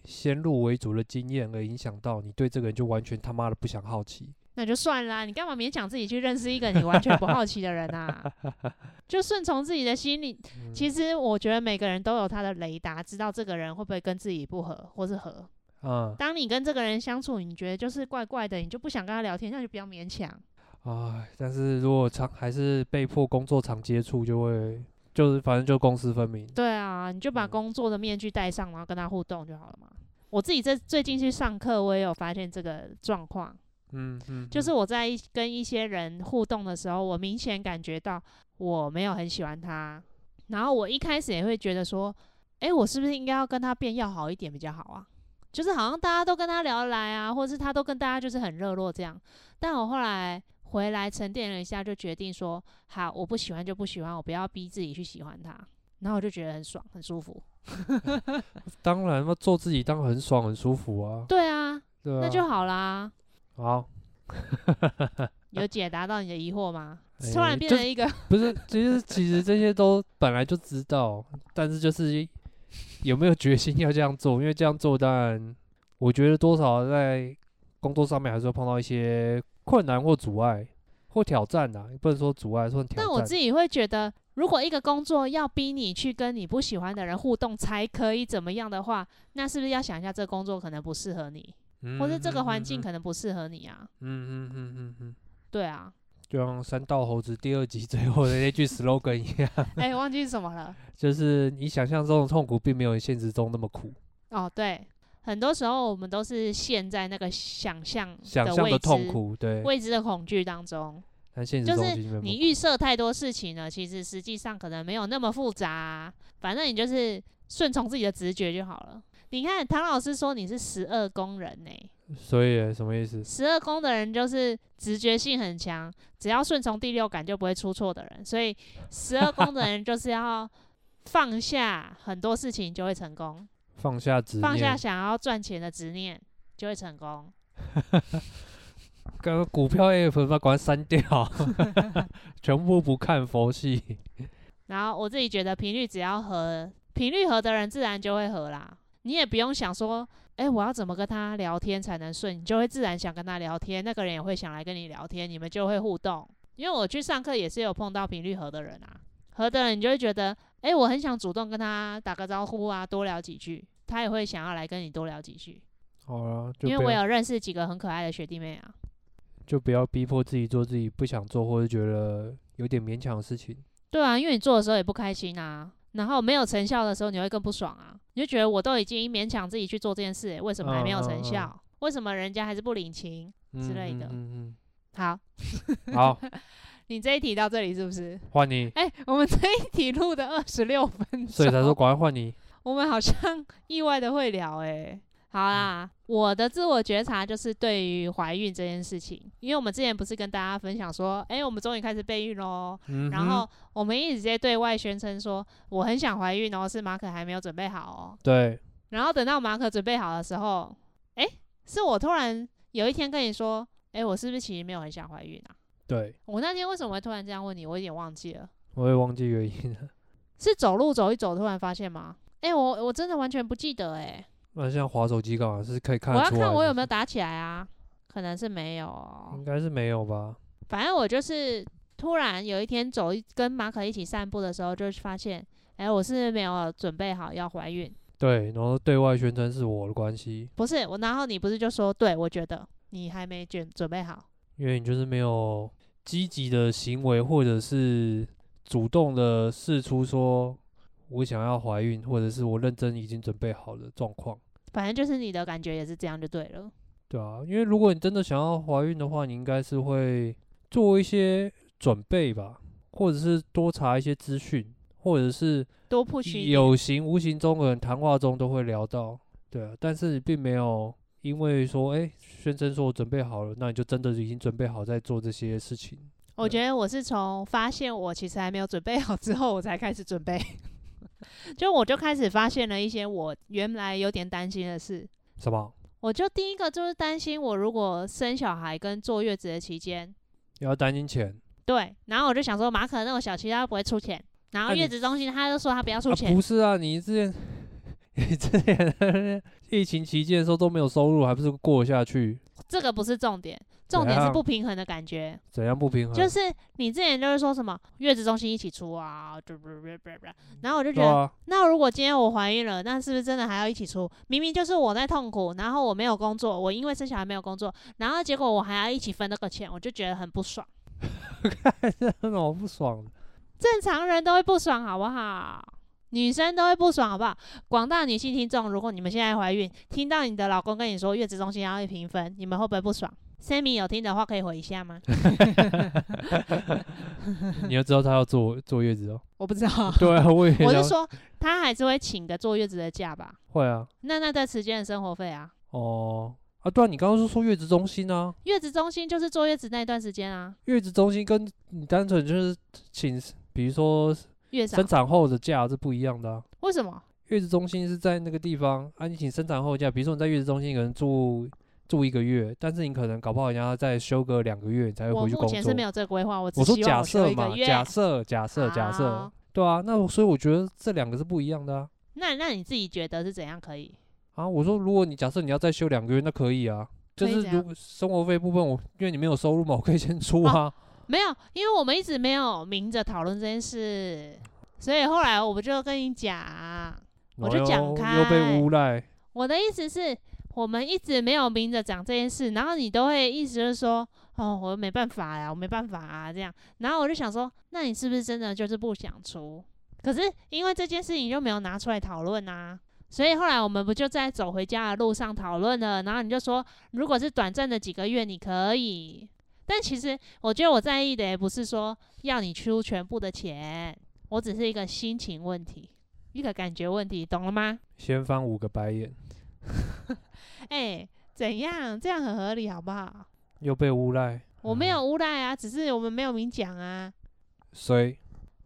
[SPEAKER 2] 先入为主的经验而影响到，你对这个人就完全他妈的不想好奇。
[SPEAKER 1] 那就算啦，你干嘛勉强自己去认识一个你完全不好奇的人啊？ 就顺从自己的心理。
[SPEAKER 2] 嗯
[SPEAKER 1] 其实我觉得每个人都有他的雷达，知道这个人会不会跟自己不合，或是合。
[SPEAKER 2] 啊
[SPEAKER 1] 当你跟这个人相处，你觉得就是怪怪的，你就不想跟他聊天，那就不要勉强。
[SPEAKER 2] 啊，但是如果常还是被迫工作常接触，就会就是反正就公私分明。
[SPEAKER 1] 对啊，你就把
[SPEAKER 2] 嗯
[SPEAKER 1] 工作的面具戴上，然后跟他互动就好了嘛。我自己这最近去上课，我也有发现这个状况。
[SPEAKER 2] 嗯嗯，
[SPEAKER 1] 就是
[SPEAKER 2] 嗯
[SPEAKER 1] 我在一跟一些人互动的时候，我明显感觉到我没有很喜欢他，然后我一开始也会觉得说，诶，我是不是应该要跟他变要好一点比较好啊？就是好像大家都跟他聊得来啊，或者是他都跟大家就是很热络这样。但我后来回来沉淀了一下，就决定说，好，我不喜欢就不喜欢，我不要逼自己去喜欢他。然后我就觉得很爽，很舒服。
[SPEAKER 2] 当然嘛，做自己当然很爽很舒服啊。
[SPEAKER 1] 对啊，
[SPEAKER 2] 对啊，
[SPEAKER 1] 那就好啦。
[SPEAKER 2] 好，
[SPEAKER 1] 有解答到你的疑惑吗？
[SPEAKER 2] 诶
[SPEAKER 1] 突然变
[SPEAKER 2] 就
[SPEAKER 1] 成一个
[SPEAKER 2] 不是，其实其实这些都本来就知道，但是就是有没有决心要这样做？因为这样做，当然我觉得多少在工作上面还是会碰到一些困难或阻碍或挑战啊，不能说阻碍，说挑战。
[SPEAKER 1] 但我自己会觉得，如果一个工作要逼你去跟你不喜欢的人互动才可以怎么样的话，那是不是要想一下这个工作可能不适合你，
[SPEAKER 2] 嗯
[SPEAKER 1] 或是这个环境
[SPEAKER 2] 嗯
[SPEAKER 1] 可能不适合你啊？
[SPEAKER 2] 嗯嗯嗯嗯嗯，
[SPEAKER 1] 对 啊，
[SPEAKER 2] 就像《三道猴子》第二集 最后的那句 slogan 一样，
[SPEAKER 1] 哎、忘记是什么了。
[SPEAKER 2] 就是你想象中的痛苦，并没有现实中那么苦。
[SPEAKER 1] 哦，对，很多时候我们都是陷在那个想象
[SPEAKER 2] 想
[SPEAKER 1] 嗯的
[SPEAKER 2] 象
[SPEAKER 1] 未
[SPEAKER 2] 的痛
[SPEAKER 1] 知、
[SPEAKER 2] 苦，对，
[SPEAKER 1] 未知的恐惧当中，
[SPEAKER 2] 但现实
[SPEAKER 1] 就
[SPEAKER 2] 中
[SPEAKER 1] 是
[SPEAKER 2] 其实没有
[SPEAKER 1] 你预设太多事情了，其实实际上可能没有那么复杂啊、反正你就是顺从自己的直觉就好了。你看唐老师说你是十二宫人呢、
[SPEAKER 2] 所以什么意思？
[SPEAKER 1] 十二宫的人就是直觉性很强，只要顺从第六感就不会出错的人。所以十二宫的人就是要放下很多事情就会成功，
[SPEAKER 2] 放下执念，
[SPEAKER 1] 放下想要赚钱的执念就会成功。
[SPEAKER 2] 刚刚股票 app 把管它删掉， 全部不看佛系。
[SPEAKER 1] 然后我自己觉得频率只要合，频率合的人自然就会合啦。你也不用想说，诶，我要怎么跟他聊天才能顺，你就会自然想跟他聊天，那个人也会想来跟你聊天，你们就会互动。因为我去上课也是有碰到频率合的人啊，合的人你就会觉得，诶，我很想主动跟他打个招呼啊，多聊几句，他也会想要来跟你多聊几句。
[SPEAKER 2] 好了，就
[SPEAKER 1] 因为
[SPEAKER 2] 不
[SPEAKER 1] 我
[SPEAKER 2] 要
[SPEAKER 1] 有认识几个很可爱的学弟妹啊，
[SPEAKER 2] 就不要逼迫自己做自己不想做或者觉得有点勉强的事情。
[SPEAKER 1] 对啊，因为你做的时候也不开心啊，然后没有成效的时候你会更不爽啊，你就觉得我都已经勉强自己去做这件事了，为什么还没有成效？
[SPEAKER 2] 嗯
[SPEAKER 1] 为什么人家还是不领情？之类的
[SPEAKER 2] 嗯嗯
[SPEAKER 1] 好，
[SPEAKER 2] 嗯，好，
[SPEAKER 1] 你这一题到这里是不是？
[SPEAKER 2] 换你，
[SPEAKER 1] 哎、我们这一题录的二十六分
[SPEAKER 2] 所以才说
[SPEAKER 1] 钟，
[SPEAKER 2] 赶快换你。
[SPEAKER 1] 我们好像 意外的会聊哎、好啦，我的自我觉察就是对于怀孕这件事情，因为我们之前不是跟大家分享说，哎、我们终于开始备孕喽，
[SPEAKER 2] 嗯哼，
[SPEAKER 1] 然后我们一直在对外宣称说我很想怀孕哦，是马可还没有准备好哦。
[SPEAKER 2] 对，
[SPEAKER 1] 然后等到马可准备好的时候，诶，是我突然有一天跟你说，诶，我是不是其实没有很想怀孕啊？
[SPEAKER 2] 对，
[SPEAKER 1] 我那天为什么会突然这样问你？我有点忘记了，
[SPEAKER 2] 我也忘记原因了。
[SPEAKER 1] 是走路走一走突然发现吗？诶，我我真的完全不记得诶，
[SPEAKER 2] 那像划手机干嘛？是可嗯以看
[SPEAKER 1] 我
[SPEAKER 2] 得
[SPEAKER 1] 要
[SPEAKER 2] 出来
[SPEAKER 1] 看我有没
[SPEAKER 2] 有，
[SPEAKER 1] 有打起来啊？可能是没有哦、
[SPEAKER 2] 应该是没有吧？
[SPEAKER 1] 反正我就是突然有一天走一跟马可一起散步的时候，就发现，诶，我是没有准备好要怀孕。
[SPEAKER 2] 对，然后对外宣称是我的关系，
[SPEAKER 1] 不是我，然后你不是就说，对我觉得你还没准准备好，
[SPEAKER 2] 因为你就是没有积极的行为，或者是主动的试出说我想要怀孕，或者是我认真已经准备好的状况，
[SPEAKER 1] 反正就是你的感觉也是这样就对了。
[SPEAKER 2] 对啊，因为如果你真的想要怀孕的话，你应该是会做一些准备吧，或者是多查一些资讯，或者是
[SPEAKER 1] 多 push 一点，
[SPEAKER 2] 有形无形中可能谈话中都会聊到，对啊，但是并没有因为说，哎、宣称说我准备好了，那你就真的已经准备好在做这些事情。
[SPEAKER 1] 我觉得我是从发现我其实还没有准备好之后，我才开始准备， 就我就开始发现了一些我原来有点担心的事。
[SPEAKER 2] 什么？
[SPEAKER 1] 我就第一个就是担心我如果生小孩跟坐月子的期间，
[SPEAKER 2] 要担心钱？
[SPEAKER 1] 对，然后我就想说马可那种小七他不会出钱，然后
[SPEAKER 2] 那你
[SPEAKER 1] 月子中心他就说他不要出
[SPEAKER 2] 啊，
[SPEAKER 1] 钱，
[SPEAKER 2] 不是啊，你之前你之前疫情期间的时候都没有收入，还不是过得下去？
[SPEAKER 1] 这个不是重点，重点
[SPEAKER 2] 怎
[SPEAKER 1] 是
[SPEAKER 2] 样
[SPEAKER 1] 不平衡的感觉。
[SPEAKER 2] 怎样不平衡？
[SPEAKER 1] 就是你之前就是说什么月子中心一起出啊，就不不不不，然后我就觉
[SPEAKER 2] 嗯对
[SPEAKER 1] 得，
[SPEAKER 2] 啊，
[SPEAKER 1] 那如果今天我怀孕了，那是不是真的还要一起出？明明就是我在痛苦，然后我没有工作，我因为生小孩没有工作，然后结果我还要一起分那个钱，我就觉得很不爽。
[SPEAKER 2] 真的好不爽。
[SPEAKER 1] 正常人都会不爽，好不好？女生都会不爽，好不好？广大女性听众，如果你们现在怀孕，听到你的老公跟你说月子中心要一平分，你们会不会不爽？Sammy 有听的话可以回一下吗？
[SPEAKER 2] 你要知道他要坐坐 月子哦。
[SPEAKER 1] 我不知道，
[SPEAKER 2] 对啊，我也
[SPEAKER 1] 我就
[SPEAKER 2] 要
[SPEAKER 1] 说他还是会请个坐月子的假吧。
[SPEAKER 2] 会啊。
[SPEAKER 1] 那那段时间的生活费啊，
[SPEAKER 2] 哦、啊，对啊，你刚刚说说月子中心啊，
[SPEAKER 1] 月子中心就是坐月子那段时间啊，
[SPEAKER 2] 月子中心跟你单纯就是请，比如说
[SPEAKER 1] 月嫂
[SPEAKER 2] 生产后的假是不一样的、啊。
[SPEAKER 1] 为什么？
[SPEAKER 2] 月子中心是在那个地方，啊，你请生产后的假，比如说你在月子中心可能住住一个月，但是你可能搞不好人家再休个两个月，你才会
[SPEAKER 1] 我
[SPEAKER 2] 回去
[SPEAKER 1] 目
[SPEAKER 2] 工
[SPEAKER 1] 前是没
[SPEAKER 2] 作。
[SPEAKER 1] 有这个规划，我只
[SPEAKER 2] 我说
[SPEAKER 1] 希望
[SPEAKER 2] 假
[SPEAKER 1] 我休
[SPEAKER 2] 设
[SPEAKER 1] 一个
[SPEAKER 2] 嘛，
[SPEAKER 1] 月。
[SPEAKER 2] 假设假设假设
[SPEAKER 1] 好，
[SPEAKER 2] 对啊，那我所以我觉得这两个是不一样的啊。
[SPEAKER 1] 那那你自己觉得是怎样可以？
[SPEAKER 2] 啊，我说如果你假设你要再休两个月，那可以啊。就
[SPEAKER 1] 可以
[SPEAKER 2] 是
[SPEAKER 1] 怎
[SPEAKER 2] 如
[SPEAKER 1] 样
[SPEAKER 2] 果生活费部分我，因为你没有收入嘛，我可以先出啊。
[SPEAKER 1] 没有，因为我们一直没有明着讨论这件事，所以后来我不就跟你讲，啊我
[SPEAKER 2] 然后
[SPEAKER 1] 就讲
[SPEAKER 2] 又
[SPEAKER 1] 开
[SPEAKER 2] 又被诬赖，
[SPEAKER 1] 我的意思是我们一直没有明着讲这件事，然后你都会一直就是说，哦，我没办法呀，我没办法啊，这样。然后我就想说，那你是不是真的就是不想出？可是因为这件事情就没有拿出来讨论啊，所以后来我们不就在走回家的路上讨论了。然后你就说，如果是短暂的几个月，你可以。但其实我觉得我在意的也不是说要你出全部的钱，我只是一个心情问题，一个感觉问题，懂了吗？
[SPEAKER 2] 先翻五个白眼，
[SPEAKER 1] 哎、怎样？这样很合理，好不好？
[SPEAKER 2] 又被诬赖，
[SPEAKER 1] 我没
[SPEAKER 2] 嗯
[SPEAKER 1] 有诬赖啊，只是我们没有明讲啊，
[SPEAKER 2] 谁？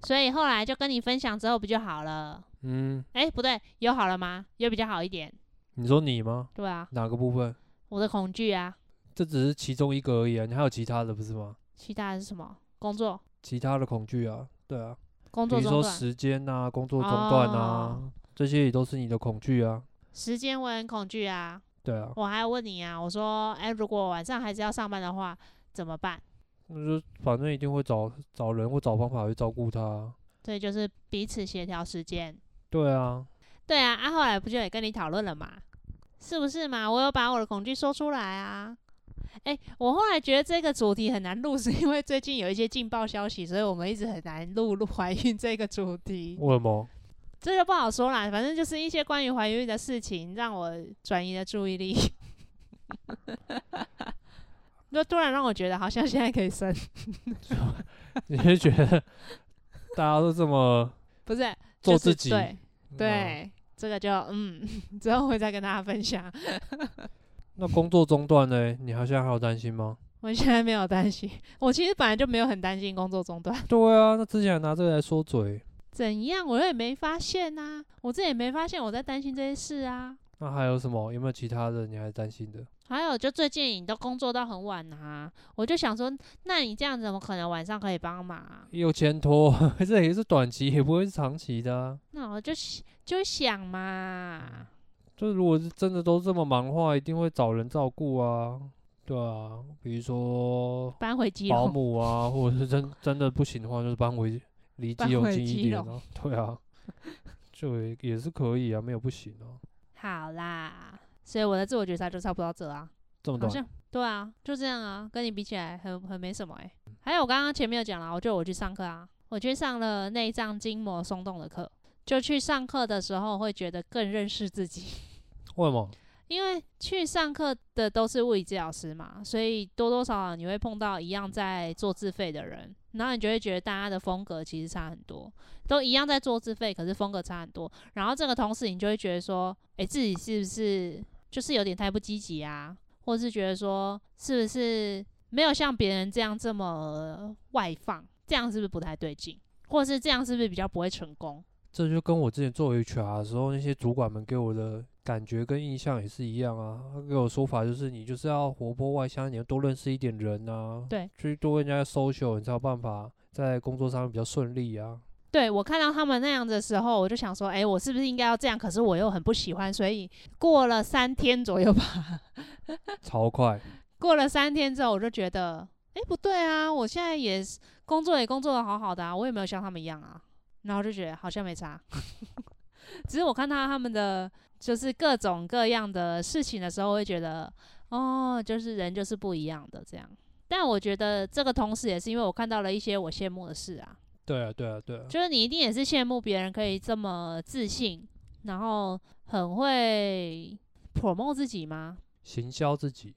[SPEAKER 1] 所以后来就跟你分享之后不就好了？
[SPEAKER 2] 嗯，
[SPEAKER 1] 哎、不对，有好了吗？有比较好一点，
[SPEAKER 2] 你说你吗？
[SPEAKER 1] 对啊，
[SPEAKER 2] 哪个部分？
[SPEAKER 1] 我的恐惧啊，
[SPEAKER 2] 这只是其中一个而已啊，你还有其他的不是吗？
[SPEAKER 1] 其他的是什么？工作，
[SPEAKER 2] 其他的恐惧啊，对啊，
[SPEAKER 1] 工
[SPEAKER 2] 比
[SPEAKER 1] 作
[SPEAKER 2] 如
[SPEAKER 1] 中
[SPEAKER 2] 说
[SPEAKER 1] 断，哦
[SPEAKER 2] 时间啊，工作中断啊，这些也都是你的恐惧啊，
[SPEAKER 1] 时间我也很恐惧啊。
[SPEAKER 2] 对啊，
[SPEAKER 1] 我还要问你啊，我说，哎、如果晚上还是要上班的话，怎么办？
[SPEAKER 2] 那就反正一定会找找人或找方法去照顾他啊，
[SPEAKER 1] 所以就是彼此协调时间。
[SPEAKER 2] 对啊，
[SPEAKER 1] 对啊，啊，后来不就也跟你讨论了嘛，是不是嘛？我有把我的恐惧说出来啊。哎、哎、我后来觉得这个主题很难录， 是因为最近有一些劲爆消息，所以我们一直很难录 录怀孕这个主题。
[SPEAKER 2] 为什 么？
[SPEAKER 1] 这就不好说啦，反正就是一些关于怀孕的事情，让我转移了注意力。 就突然让我觉得好像现在可以生，
[SPEAKER 2] 你是觉得大家都这么
[SPEAKER 1] 不是就
[SPEAKER 2] 做
[SPEAKER 1] 是
[SPEAKER 2] 自己？
[SPEAKER 1] 对
[SPEAKER 2] 嗯啊
[SPEAKER 1] 对，这个就嗯， 之后会再跟大家分享。
[SPEAKER 2] 那工作中断呢？你好像还有担心吗？
[SPEAKER 1] 我现在没有担心， 我其实本来就没有很担心工作中断。
[SPEAKER 2] 对啊，那之前还拿这个来说嘴，
[SPEAKER 1] 怎样？我也没发现呐、我自己也没发现我在担心这些事啊。
[SPEAKER 2] 那还有什么？有没有其他的你还担心的？
[SPEAKER 1] 还有，就最近你都工作到很晚啊，我就想说，那你这样怎么可能晚上可以帮忙啊、
[SPEAKER 2] 有前途， 这也是短期，也不会是长期的、啊。
[SPEAKER 1] 那我就想就想嘛，
[SPEAKER 2] 就如果是真的都这么忙的话，一定会找人照顾啊，对啊，比如说
[SPEAKER 1] 搬回基
[SPEAKER 2] 保
[SPEAKER 1] 隆，
[SPEAKER 2] 姆啊，或者是真真的不行的话，就是搬回离基
[SPEAKER 1] 搬
[SPEAKER 2] 隆
[SPEAKER 1] 回
[SPEAKER 2] 近一
[SPEAKER 1] 基
[SPEAKER 2] 点
[SPEAKER 1] 隆
[SPEAKER 2] 啊，对啊， 就也也是可以啊，没有不行啊，
[SPEAKER 1] 好啦。所以我的自我觉察就差不多到这啊，
[SPEAKER 2] 这么
[SPEAKER 1] 好
[SPEAKER 2] 短
[SPEAKER 1] 像对啊，就这样啊，跟你比起来很很没什么哎、还有我刚刚前面有讲了，我就我去上课啊，我去上了内脏筋膜松动的课，就去上课的时候会觉得更认识自己。
[SPEAKER 2] 为什么？
[SPEAKER 1] 因为去上课的都是物理治疗师嘛，所以多多少少你会碰到一样在做自费的人，然后你就会觉得大家的风格其实差很多，都一样在做自费，可是风格差很多。然后这个同时你就会觉得说，诶，自己是不是就是有点太不积极啊，或是觉得说是不是没有像别人这样这么外放，这样是不是不太对劲，或是这样是不是比较不会成功？
[SPEAKER 2] 这就跟我之前做 HR 的时候，那些主管们给我的感觉跟印象也是一样啊。他给我说法就是，你就是要活泼外向一点，多认识一点人啊，
[SPEAKER 1] 对，
[SPEAKER 2] 去多跟人家 social，你才有办法在工作上面比较顺 利啊。
[SPEAKER 1] 对我看到他们那样的时候，我就想说，哎，我是不是应该要这样？可是我又很不喜欢，所以过了三天左右吧，
[SPEAKER 2] 超快，
[SPEAKER 1] 过了三天之后，我就觉得，哎，不对啊，我现在也是工作也工作的好好的啊，我也没有像他们一样啊，然后就觉得好像没差， 只是我看到他们的就是各种各样的事情的时候，我会觉得，哦，就是人就是不一样的这样。但我觉得这个同时也是因为我看到了一些我羡慕的事啊，
[SPEAKER 2] 对啊，对啊，对啊，
[SPEAKER 1] 就是你一定也是羡慕别人可以这么自信，然后很会 promote 自己吗？
[SPEAKER 2] 行销自己，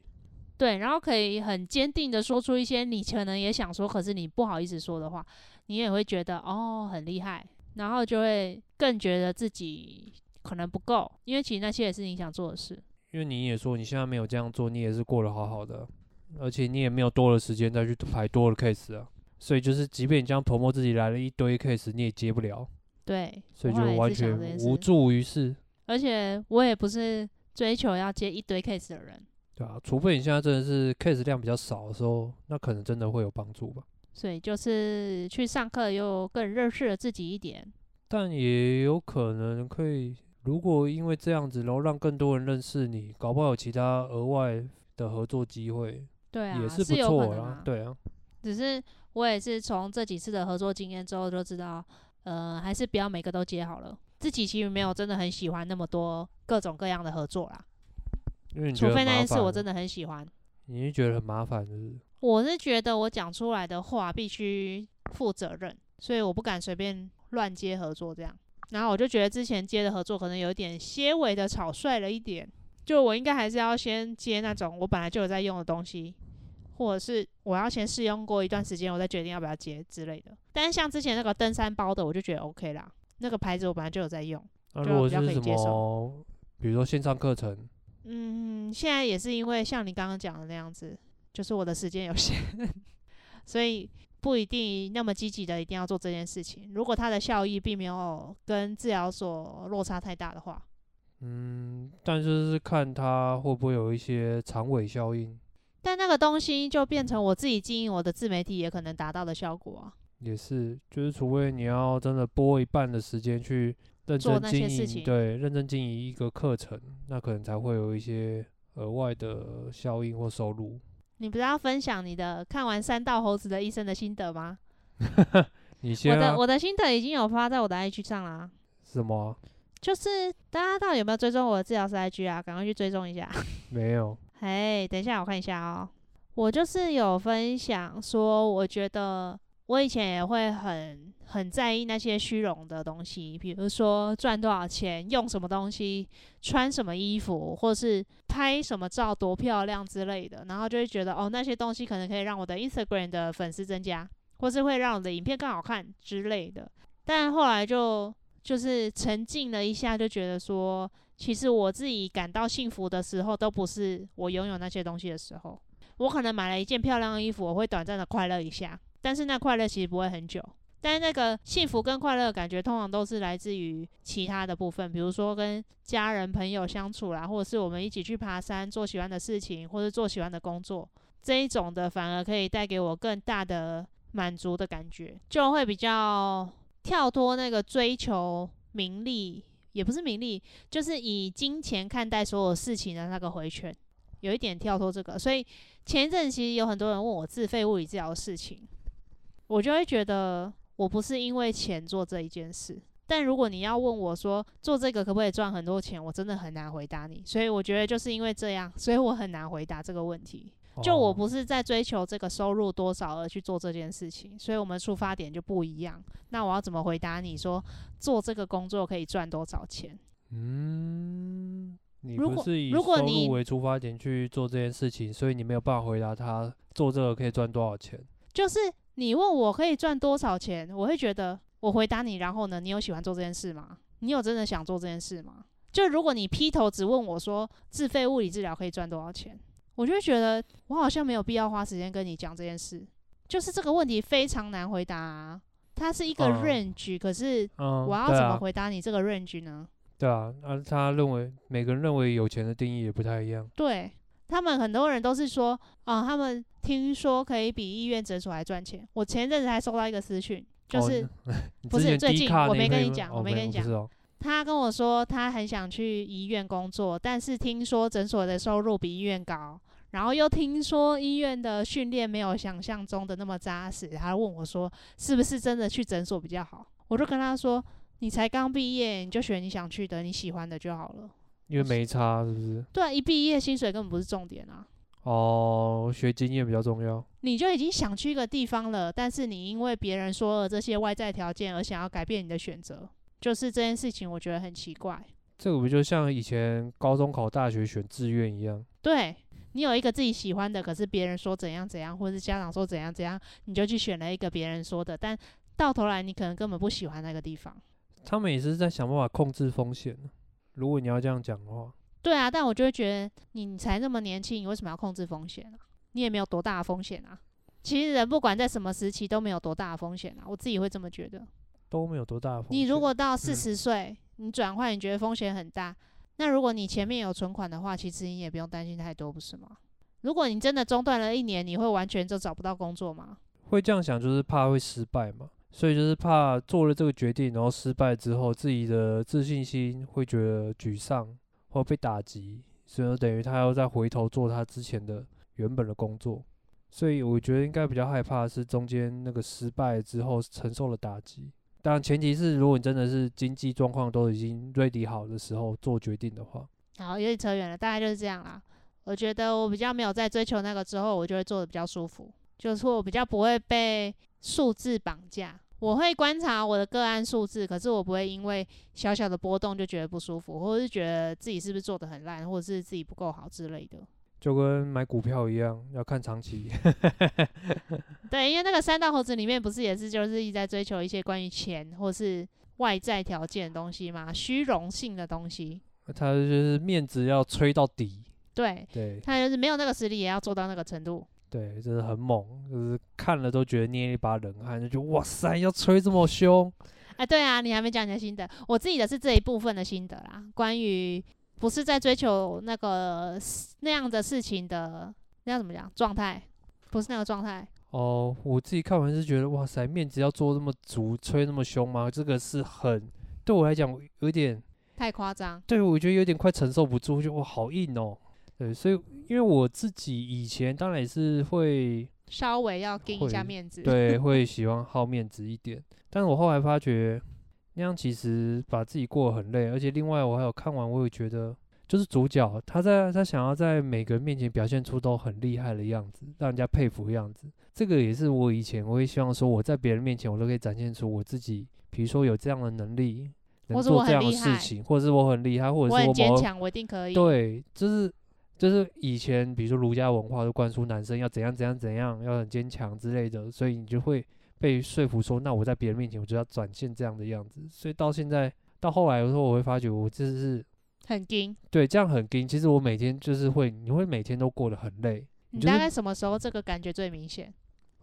[SPEAKER 1] 对，然后可以很坚定的说出一些你可能也想说，可是你不好意思说的话，你也会觉得哦很厉害，然后就会更觉得自己可能不够，因为其实那些也是你想做的事。
[SPEAKER 2] 因为你也说你现在没有这样做，你也是过得好好的，而且你也没有多的时间再去排多的 case 啊。所以就是，即便你这样 promo 自己来了一堆 case，你也接不了，
[SPEAKER 1] 对，
[SPEAKER 2] 所以
[SPEAKER 1] 我
[SPEAKER 2] 就
[SPEAKER 1] 后来也
[SPEAKER 2] 完
[SPEAKER 1] 是想
[SPEAKER 2] 全
[SPEAKER 1] 这件
[SPEAKER 2] 无
[SPEAKER 1] 事，
[SPEAKER 2] 助于事。
[SPEAKER 1] 而且我也不是追求要接一堆 case 的人，
[SPEAKER 2] 对啊，除非你现在真的是 case 量比较少的时候，那可能真的会有帮助吧。
[SPEAKER 1] 所以就是去上课又更认识了自己一点。
[SPEAKER 2] 但也有可能可以，如果因为这样子，然后让更多人认识你，搞不好有其他额外的合作机会，
[SPEAKER 1] 对啊，
[SPEAKER 2] 也是不
[SPEAKER 1] 有可
[SPEAKER 2] 错
[SPEAKER 1] 能
[SPEAKER 2] 啦
[SPEAKER 1] 啊。。
[SPEAKER 2] 对啊，
[SPEAKER 1] 只是我也是从这几次的合作经验之后就知道，呃，还是不要每个都接好了。自己其实没有真的很喜欢那么多各种各样的合作啦，
[SPEAKER 2] 因为你觉
[SPEAKER 1] 除
[SPEAKER 2] 得
[SPEAKER 1] 非
[SPEAKER 2] 很
[SPEAKER 1] 那
[SPEAKER 2] 麻
[SPEAKER 1] 件事
[SPEAKER 2] 烦
[SPEAKER 1] 我
[SPEAKER 2] 了，
[SPEAKER 1] 真的很喜欢。
[SPEAKER 2] 你是觉得很麻烦，就是
[SPEAKER 1] 我是觉得我讲出来的话必须负责任，所以我不敢随便乱接合作这样。然后我就觉得之前接的合作可能有一点些微的草率了一点，就我应该还是要先接那种我本来就有在用的东西，或者是我要先试用过一段时间，我再决定要不要接之类的。但是像之前那个登山包的，我就觉得 OK 啦，那个牌子我本来就有在用。
[SPEAKER 2] 那、
[SPEAKER 1] 就
[SPEAKER 2] 如果
[SPEAKER 1] 比较可
[SPEAKER 2] 是
[SPEAKER 1] 以
[SPEAKER 2] 什
[SPEAKER 1] 接受
[SPEAKER 2] 么，比如说线上课程，
[SPEAKER 1] 嗯，现在也是因为像你刚刚讲的那样子，就是我的时间有限， 所以不一定那么积极的一定要做这件事情。如果它的效益并没有跟治疗所落差太大的话，
[SPEAKER 2] 嗯，但就是看它会不会有一些长尾效应，
[SPEAKER 1] 但那个东西就变成我自己经营我的自媒体也可能达到的效果啊。
[SPEAKER 2] 也是，就是除非你要真的拨一半的时间去认
[SPEAKER 1] 做
[SPEAKER 2] 真
[SPEAKER 1] 那
[SPEAKER 2] 经
[SPEAKER 1] 些事
[SPEAKER 2] 营，
[SPEAKER 1] 情
[SPEAKER 2] 对，认真经营一个课程，那可能才会有一些额外的效应或收入。
[SPEAKER 1] 你不是要分享你的看完《三道猴子的一生》的心得吗？
[SPEAKER 2] 你
[SPEAKER 1] 我
[SPEAKER 2] 先、啊、
[SPEAKER 1] 的我的心得已经有发在我的 IG 上啦，
[SPEAKER 2] 什么啊、
[SPEAKER 1] 就是大家到底有没有追踪我的治疗师 IG 啊？赶快去追踪一下。
[SPEAKER 2] 没有？
[SPEAKER 1] 嘿，等一下我看一下哦。我就是有分享说，我觉得我以前也会很很在意那些虚荣的东西，比如说赚多少钱、用什么东西、穿什么衣服，或是拍什么照多漂亮之类的，然后就会觉得哦，那些东西可能可以让我的 Instagram 的粉丝增加，或是会让我的影片更好看之类的。但后来就就是沉浸了一下，就觉得说，其实我自己感到幸福的时候，都不是我拥有那些东西的时候。我可能买了一件漂亮的衣服，我会短暂的快乐一下，但是那快乐其实不会很久。但是那个幸福跟快乐的感觉，通常都是来自于其他的部分，比如说跟家人、朋友相处啦，或者是我们一起去爬山，做喜欢的事情，或者做喜欢的工作，这一种的反而可以带给我更大的满足的感觉，就会比较跳脱那个追求名利，也不是名利，就是以金钱看待所有事情的那个回圈，有一点跳脱这个，所以前一阵其实有很多人问我自费物理治疗的事情，我就会觉得我不是因为钱做这一件事。但如果你要问我说做这个可不可以赚很多钱，我真的很难回答你。所以我觉得就是因为这样，所以我很难回答这个问题。就我
[SPEAKER 2] 哦
[SPEAKER 1] 不是在追求这个收入多少而去做这件事情，所以我们出发点就不一样。那我要怎么回答你说做这个工作可以赚多少钱？
[SPEAKER 2] 嗯，你
[SPEAKER 1] 如
[SPEAKER 2] 不
[SPEAKER 1] 果
[SPEAKER 2] 是以
[SPEAKER 1] 如果
[SPEAKER 2] 收
[SPEAKER 1] 你
[SPEAKER 2] 入为出发点去做这件事情，所以你没有办法回答他做这个可以赚多少钱。
[SPEAKER 1] 就是你问我可以赚多少钱，我会觉得我回答你，然后呢，你有喜欢做这件事吗？你有真的想做这件事吗？就如果你劈头只问我说自费物理治疗可以赚多少钱，我就会觉得我好像没有必要花时间跟你讲这件事。就是这个问题非常难回答啊、它是一个
[SPEAKER 2] 嗯
[SPEAKER 1] range，、可是
[SPEAKER 2] 嗯，
[SPEAKER 1] 我要
[SPEAKER 2] 对
[SPEAKER 1] 怎么
[SPEAKER 2] 啊
[SPEAKER 1] 回答你这个 range 呢？
[SPEAKER 2] 对啊，那、他认为每个人认为有钱的定义也不太一样。
[SPEAKER 1] 对他们很多人都是说，啊、他们听说可以比医院诊所还赚钱。我前一阵子还收到一个私讯，就
[SPEAKER 2] 哦
[SPEAKER 1] 是、
[SPEAKER 2] 你
[SPEAKER 1] 不
[SPEAKER 2] 之
[SPEAKER 1] 是
[SPEAKER 2] 前
[SPEAKER 1] 最
[SPEAKER 2] D
[SPEAKER 1] 近
[SPEAKER 2] 卡
[SPEAKER 1] 我
[SPEAKER 2] 那
[SPEAKER 1] 没
[SPEAKER 2] 一
[SPEAKER 1] 跟
[SPEAKER 2] 篇
[SPEAKER 1] 你
[SPEAKER 2] 吗
[SPEAKER 1] 讲
[SPEAKER 2] 哦
[SPEAKER 1] 我没跟
[SPEAKER 2] 有
[SPEAKER 1] 你
[SPEAKER 2] 不是哦
[SPEAKER 1] 他跟我说，他很想去医院工作，但是听说诊所的收入比医院高，然后又听说医院的训练没有想象中的那么扎实。他问我说，是不是真的去诊所比较好？我就跟他说，你才刚毕业，你就选你想去的、你喜欢的就好了。
[SPEAKER 2] 因为没差是不是？
[SPEAKER 1] 对啊，一毕业薪水根本不是重点啊。
[SPEAKER 2] 哦，学经验比较重要。
[SPEAKER 1] 你就已经想去一个地方了，但是你因为别人说了这些外在条件而想要改变你的选择，就是这件事情，我觉得很奇怪。
[SPEAKER 2] 这个不就像以前高中考大学选志愿一样？
[SPEAKER 1] 对你有一个自己喜欢的，可是别人说怎样怎样，或是家长说怎样怎样，你就去选了一个别人说的，但到头来你可能根本不喜欢那个地方。
[SPEAKER 2] 他们也是在想办法控制风险。如果你要这样讲的话，
[SPEAKER 1] 对啊，但我就会觉得你你才那么年轻，你为什么要控制风险啊？你也没有多大的风险啊。其实人不管在什么时期都没有多大的风险啊，我自己会这么觉得。
[SPEAKER 2] 都没有多大的风险。嗯
[SPEAKER 1] 你如果到四十岁，你转换你觉得风险很大，那如果你前面有存款的话，其实你也不用担心太多，不是吗？如果你真的中断了一年，你会完全就找不到工作吗？
[SPEAKER 2] 会这样想，就是怕会失败嘛，所以就是怕做了这个决定，然后失败之后，自己的自信心会觉得沮丧或被打击，所以等于他要再回头做他之前的原本的工作。所以我觉得应该比较害怕的是中间那个失败之后承受了打击。当然，前提是如果你真的是经济状况都已经 ready 好的时候做决定的话，
[SPEAKER 1] 好，有点扯远了，大概就是这样啦。我觉得我比较没有在追求那个之后，我就会做的比较舒服，就是我比较不会被数字绑架。我会观察我的个案数字，可是我不会因为小小的波动就觉得不舒服，或者是觉得自己是不是做的很烂，或者是自己不够好之类的。
[SPEAKER 2] 就跟买股票一样，要看长期。
[SPEAKER 1] 对，因为那个三道猴子里面不是也是就是一直在追求一些关于钱或是外在条件的东西嘛，虚荣性的东西。
[SPEAKER 2] 他就是面子要吹到底，
[SPEAKER 1] 对，
[SPEAKER 2] 对。
[SPEAKER 1] 他就是没有那个实力也要做到那个程度。
[SPEAKER 2] 对，真的很猛，就是看了都觉得捏一把冷汗，就觉得哇塞，要吹这么凶，
[SPEAKER 1] 哎，对啊，你还没讲你的心得，我自己的是这一部分的心得啦，关于不是在追求那个那样的事情的，那要怎么讲状态，不是那个状态。
[SPEAKER 2] 哦，我自己看完是觉得，哇塞，面子要做这么足，吹那么凶吗？这个是很对我来讲我有点，
[SPEAKER 1] 太夸张，
[SPEAKER 2] 对我觉得有点快承受不住，就哇好硬哦。对，所以因为我自己以前当然也是会
[SPEAKER 1] 稍微要盯一下
[SPEAKER 2] 会
[SPEAKER 1] 面子。
[SPEAKER 2] 对会喜欢好面子一点，但是我后来发觉那样其实把自己过得很累，而且另外我还有看完，我也觉得就是主角他在他想要在每个人面前表现出都很厉害的样子，让人家佩服的样子。这个也是我以前我也希望说我在别人面前我都可以展现出我自己，比如说有这样的能力，能
[SPEAKER 1] 或是
[SPEAKER 2] 做
[SPEAKER 1] 我
[SPEAKER 2] 这
[SPEAKER 1] 很
[SPEAKER 2] 样的
[SPEAKER 1] 厉
[SPEAKER 2] 事
[SPEAKER 1] 害
[SPEAKER 2] 情，或者是我很厉害，或者
[SPEAKER 1] 我
[SPEAKER 2] 是
[SPEAKER 1] 很
[SPEAKER 2] 我
[SPEAKER 1] 坚
[SPEAKER 2] 某
[SPEAKER 1] 强，我一定可以。
[SPEAKER 2] 对，就是就是以前比如说儒家文化都灌输男生要怎样怎样怎样，要很坚强之类的，所以你就会被说服说，那我在别人面前我就要展现这样的样子。所以到现在到后来的时候，我会发觉我这是
[SPEAKER 1] 很精。
[SPEAKER 2] 对这样很硬。其实我每天就是会，你会每天都过得很累。
[SPEAKER 1] 你
[SPEAKER 2] 就是
[SPEAKER 1] 大概什么时候这个感觉最明显？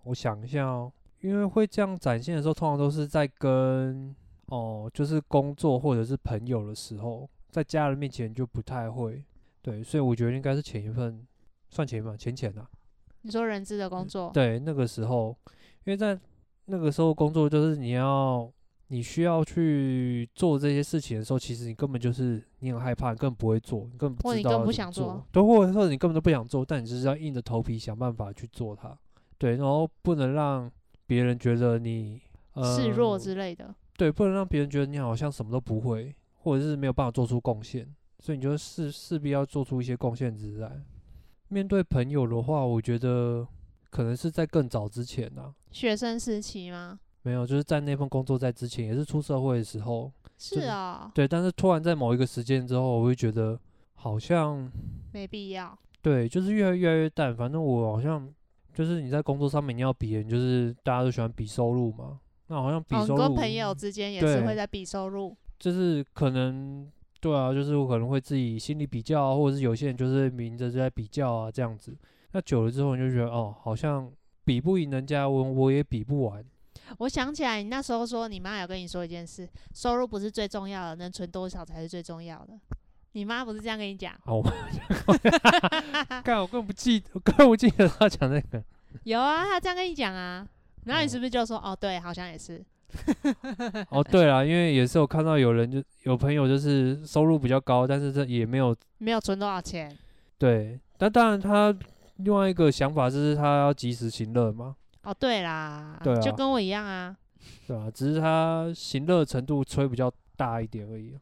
[SPEAKER 2] 我想一下哦，因为会这样展现的时候，通常都是在跟哦，就是工作或者是朋友的时候，在家人面前就不太会。对，所以我觉得应该是前一份，算前一份前前啊。
[SPEAKER 1] 你说人资的工作，
[SPEAKER 2] 嗯对，那个时候，因为在那个时候工作，就是你要你需要去做这些事情的时候，其实你根本就是你很害怕，你根本不会做，你根本
[SPEAKER 1] 或
[SPEAKER 2] 不
[SPEAKER 1] 者
[SPEAKER 2] 知
[SPEAKER 1] 你
[SPEAKER 2] 道
[SPEAKER 1] 根本
[SPEAKER 2] 要
[SPEAKER 1] 不
[SPEAKER 2] 怎么
[SPEAKER 1] 想
[SPEAKER 2] 做
[SPEAKER 1] 做，
[SPEAKER 2] 对，或者说你根本都不想做，但你就是要硬着头皮想办法去做它，对，然后不能让别人觉得你呃
[SPEAKER 1] 示弱之类的。
[SPEAKER 2] 对，不能让别人觉得你好像什么都不会，或者是没有办法做出贡献，所以你就势势必要做出一些贡献值来。面对朋友的话，我觉得可能是在更早之前啊，
[SPEAKER 1] 学生时期吗？
[SPEAKER 2] 没有，就是在那份工作在之前，也是出社会的时候，
[SPEAKER 1] 是
[SPEAKER 2] 对
[SPEAKER 1] 啊、
[SPEAKER 2] 对。但是突然在某一个时间之后，我会觉得好像
[SPEAKER 1] 没必要。
[SPEAKER 2] 对，就是越来越来越淡。反正我好像就是你在工作上面你要比人，就是大家都喜欢比收入嘛，那好像比
[SPEAKER 1] 哦，你
[SPEAKER 2] 收入，
[SPEAKER 1] 跟朋友之间也是
[SPEAKER 2] 对
[SPEAKER 1] 会在比收入，
[SPEAKER 2] 就是可能对啊，就是我可能会自己心里比较啊，或者是有些人就是明着就在比较啊这样子。那久了之后，你就觉得哦，好像比不赢人家，我我也比不完。
[SPEAKER 1] 我想起来，你那时候说你妈有跟你说一件事，收入不是最重要的，能存多少才是最重要的。你妈不是这样跟你讲？
[SPEAKER 2] 好，我 干，我根本不记，我根本不记得他讲那个。
[SPEAKER 1] 有啊，她这样跟你讲啊。然后你
[SPEAKER 2] 哦
[SPEAKER 1] 是不是就说哦，对，好像也是。
[SPEAKER 2] 哦，对啦，因为也是有看到有人就有朋友就是收入比较高，但是这也没有
[SPEAKER 1] 没有存多少钱，
[SPEAKER 2] 对。但当然他另外一个想法就是他要及时行乐嘛，
[SPEAKER 1] 哦，对啦，
[SPEAKER 2] 对啊
[SPEAKER 1] 就跟我一样啊。
[SPEAKER 2] 对吧、只是他行乐程度吹比较大一点而已啊。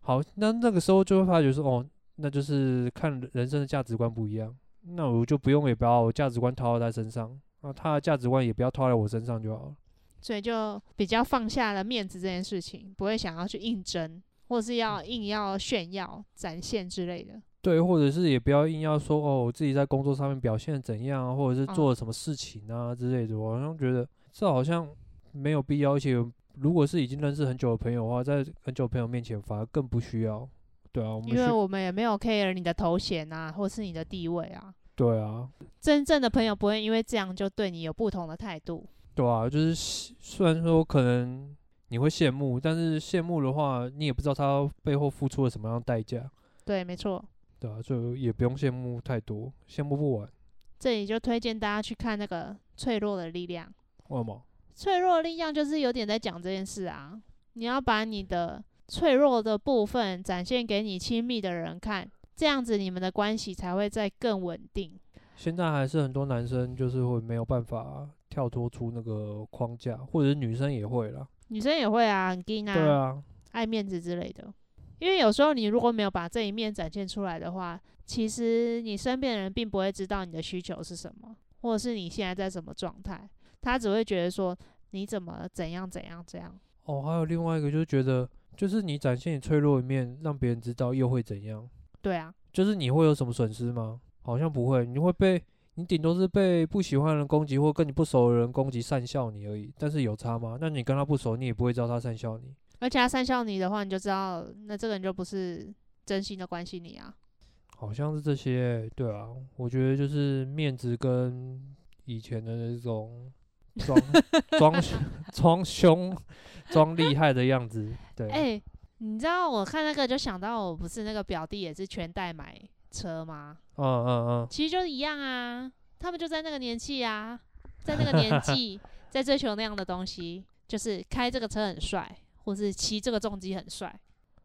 [SPEAKER 2] 好，那那个时候就会发觉说，哦，那就是看人生的价值观不一样。那我就不用也把我价值观套在他身上，那他的价值观也不要套在我身上就好了。
[SPEAKER 1] 所以就比较放下了面子这件事情，不会想要去应征，或是要硬要炫耀、展现之类的。
[SPEAKER 2] 对，或者是也不要硬要说哦，我自己在工作上面表现得怎样啊，或者是
[SPEAKER 1] 嗯
[SPEAKER 2] 做了什么事情啊之类的。我好像觉得这好像没有必要，而且如果是已经认识很久的朋友的话，在很久的朋友面前反而更不需要。对啊，我们
[SPEAKER 1] 因为
[SPEAKER 2] 需
[SPEAKER 1] 我们也没有 care 你的头衔啊，或是你的地位啊。
[SPEAKER 2] 对啊，
[SPEAKER 1] 真正的朋友不会因为这样就对你有不同的态度。
[SPEAKER 2] 对啊，就是希虽然说可能你会羡慕，但是羡慕的话，你也不知道他背后付出了什么样的代价。
[SPEAKER 1] 对，没错。
[SPEAKER 2] 对啊，就也不用羡慕太多，羡慕不完。
[SPEAKER 1] 这里就推荐大家去看那个《脆弱的力量》。
[SPEAKER 2] 为什么？
[SPEAKER 1] 脆弱的力量就是有点在讲这件事啊，你要把你的脆弱的部分展现给你亲密的人看，这样子你们的关系才会再更稳定。
[SPEAKER 2] 现在还是很多男生就是会没有办法跳脱出那个框架，或者是女生也会啦。
[SPEAKER 1] 女生也会啊，很 gay
[SPEAKER 2] 对啊，
[SPEAKER 1] 爱面子之类的。因为有时候你如果没有把这一面展现出来的话，其实你身边的人并不会知道你的需求是什么，或者是你现在在什么状态，他只会觉得说你怎么怎样怎样怎样。
[SPEAKER 2] 哦，还有另外一个就是觉得，就是你展现你脆弱一面，让别人知道又会怎样？
[SPEAKER 1] 对啊，
[SPEAKER 2] 就是你会有什么损失吗？好像不会，你会被你顶多是被不喜欢的人攻击，或跟你不熟的人攻击善笑你而已。但是有差吗？那你跟他不熟，你也不会知道他善笑你。
[SPEAKER 1] 而且他三笑你的话，你就知道那这个人就不是真心的关心你啊。
[SPEAKER 2] 好像是这些，对啊，我觉得就是面子跟以前的那种装装 凶装凶装厉害的样子，对，
[SPEAKER 1] 哎、你知道我看那个就想到，我不是那个表弟也是全贷买车吗？
[SPEAKER 2] 嗯嗯嗯，
[SPEAKER 1] 其实就一样啊，他们就在那个年纪啊，在那个年 纪，在追求那样的东西，就是开这个车很帅，或是骑这个重机很帅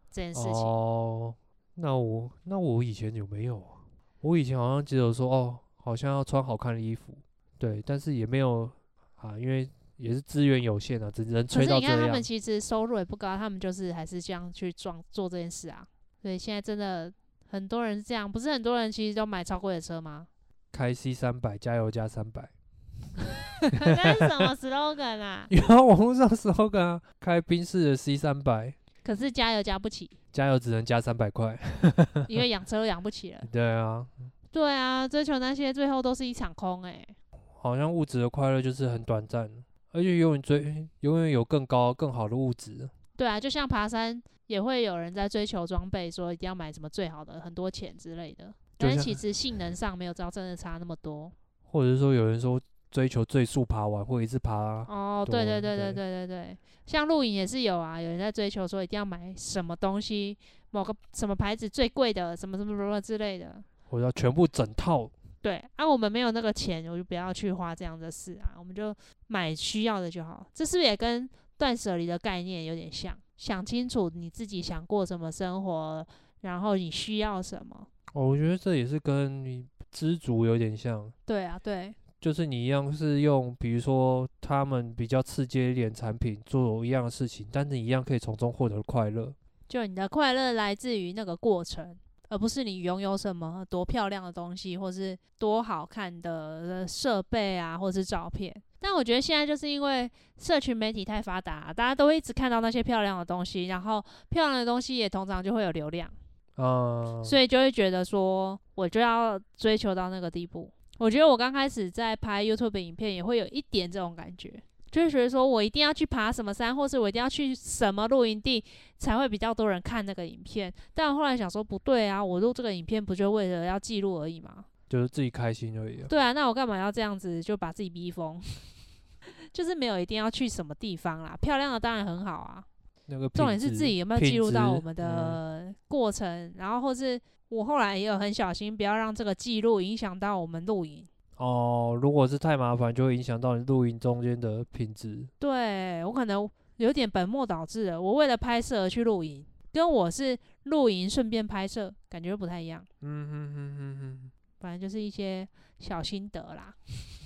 [SPEAKER 1] 这件事情。
[SPEAKER 2] 哦，那我那我以前有没有啊？我以前好像只有说哦，好像要穿好看的衣服，对，但是也没有啊，因为也是资源有限啊，只能
[SPEAKER 1] 可
[SPEAKER 2] 吹
[SPEAKER 1] 是
[SPEAKER 2] 到
[SPEAKER 1] 你
[SPEAKER 2] 这
[SPEAKER 1] 看他
[SPEAKER 2] 样
[SPEAKER 1] 们。其实收入也不高，他们就是还是这样去装做这件事啊。所以现在真的很多人是这样，不是很多人其实都买超贵的车吗？
[SPEAKER 2] 开 C 三百，加油加三百。
[SPEAKER 1] 那是什么 slogan 啊？
[SPEAKER 2] 然后网络上 slogan 啊，开宾士的 C 三百，
[SPEAKER 1] 可是加油加不起，
[SPEAKER 2] 加油只能加三百块。
[SPEAKER 1] 因为养车都养不起了。
[SPEAKER 2] 对啊，
[SPEAKER 1] 对啊，追求那些最后都是一场空哎、
[SPEAKER 2] 好像物质的快乐就是很短暂，而且永远追，永远有更高、更好的物质。
[SPEAKER 1] 对啊，就像爬山也会有人在追求装备，说一定要买什么最好的，很多钱之类的。
[SPEAKER 2] 就
[SPEAKER 1] 但是
[SPEAKER 2] 像
[SPEAKER 1] 其实性能上没有到真的差那么 多。
[SPEAKER 2] 或者是说有人说追求最速爬完，或一次爬，
[SPEAKER 1] 哦，对对
[SPEAKER 2] 啊多
[SPEAKER 1] 对对对对对，像露营也是有啊，有人在追求说一定要买什么东西，某个什么牌子最贵的，什么什么什么之类的。
[SPEAKER 2] 我要全部整套。
[SPEAKER 1] 对，啊，我们没有那个钱，我就不要去花这样的事啊，我们就买需要的就好。这是不是也跟断舍离的概念有点像？想清楚你自己想过什么生活，然后你需要什么。
[SPEAKER 2] 哦，我觉得这也是跟你知足有点像，
[SPEAKER 1] 对啊，对，
[SPEAKER 2] 就是你一样是用，比如说他们比较刺激一点的产品做一样的事情，但是你一样可以从中获得快乐。
[SPEAKER 1] 就你的快乐来自于那个过程，而不是你拥有什么多漂亮的东西，或是多好看的呃设备啊，或是照片。但我觉得现在就是因为社群媒体太发达、大家都会一直看到那些漂亮的东西，然后漂亮的东西也通常就会有流量，
[SPEAKER 2] 啊、
[SPEAKER 1] 所以就会觉得说，我就要追求到那个地步。我觉得我刚开始在拍 YouTube 影片，也会有一点这种感觉，就会觉得说我一定要去爬什么山，或是我一定要去什么露营地，才会比较多人看那个影片。但我后来想说，不对啊，我录这个影片不就为了要记录而已吗？
[SPEAKER 2] 就是自己开心而已啊。
[SPEAKER 1] 对啊，那我干嘛要这样子就把自己逼疯？ 就是没有一定要去什么地方啦，漂亮的当然很好啊，
[SPEAKER 2] 那个
[SPEAKER 1] 重
[SPEAKER 2] 品
[SPEAKER 1] 点是
[SPEAKER 2] 质
[SPEAKER 1] 自己有没有
[SPEAKER 2] 品
[SPEAKER 1] 记录到
[SPEAKER 2] 质
[SPEAKER 1] 我们
[SPEAKER 2] 嗯
[SPEAKER 1] 的过程，然后或是我后来也有很小心，不要让这个记录影响到我们录影。
[SPEAKER 2] 哦，如果是太麻烦，就会影响到你录音中间的品质。
[SPEAKER 1] 对我可能有点本末倒置了，我为了拍摄而去录影，跟我是录影顺便拍摄，感觉不太一样。
[SPEAKER 2] 嗯哼哼哼哼，
[SPEAKER 1] 反正就是一些小心得啦。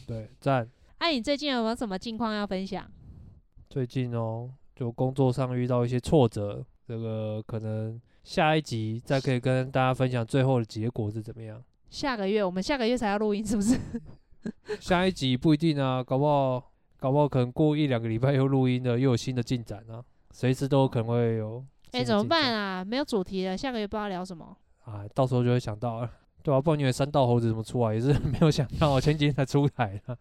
[SPEAKER 2] 对，赞。
[SPEAKER 1] 哎、你最近有没有什么近况要分享？
[SPEAKER 2] 最近哦，就工作上遇到一些挫折，这个可能下一集再可以跟大家分享最后的结果是怎么样。
[SPEAKER 1] 下个月我们下个月才要录音，是 不是？
[SPEAKER 2] 下一集不一定啊，搞不好搞不好可能过一两个礼拜又录音了，又有新的进展啊，随时都有可能会有。
[SPEAKER 1] 哎、怎么办？啊？没有主题了，下个月不知道聊什么。
[SPEAKER 2] 啊，到时候就会想到了。对啊，不然你以为三道猴子怎么出来也是 没有想到，前几天才出来的。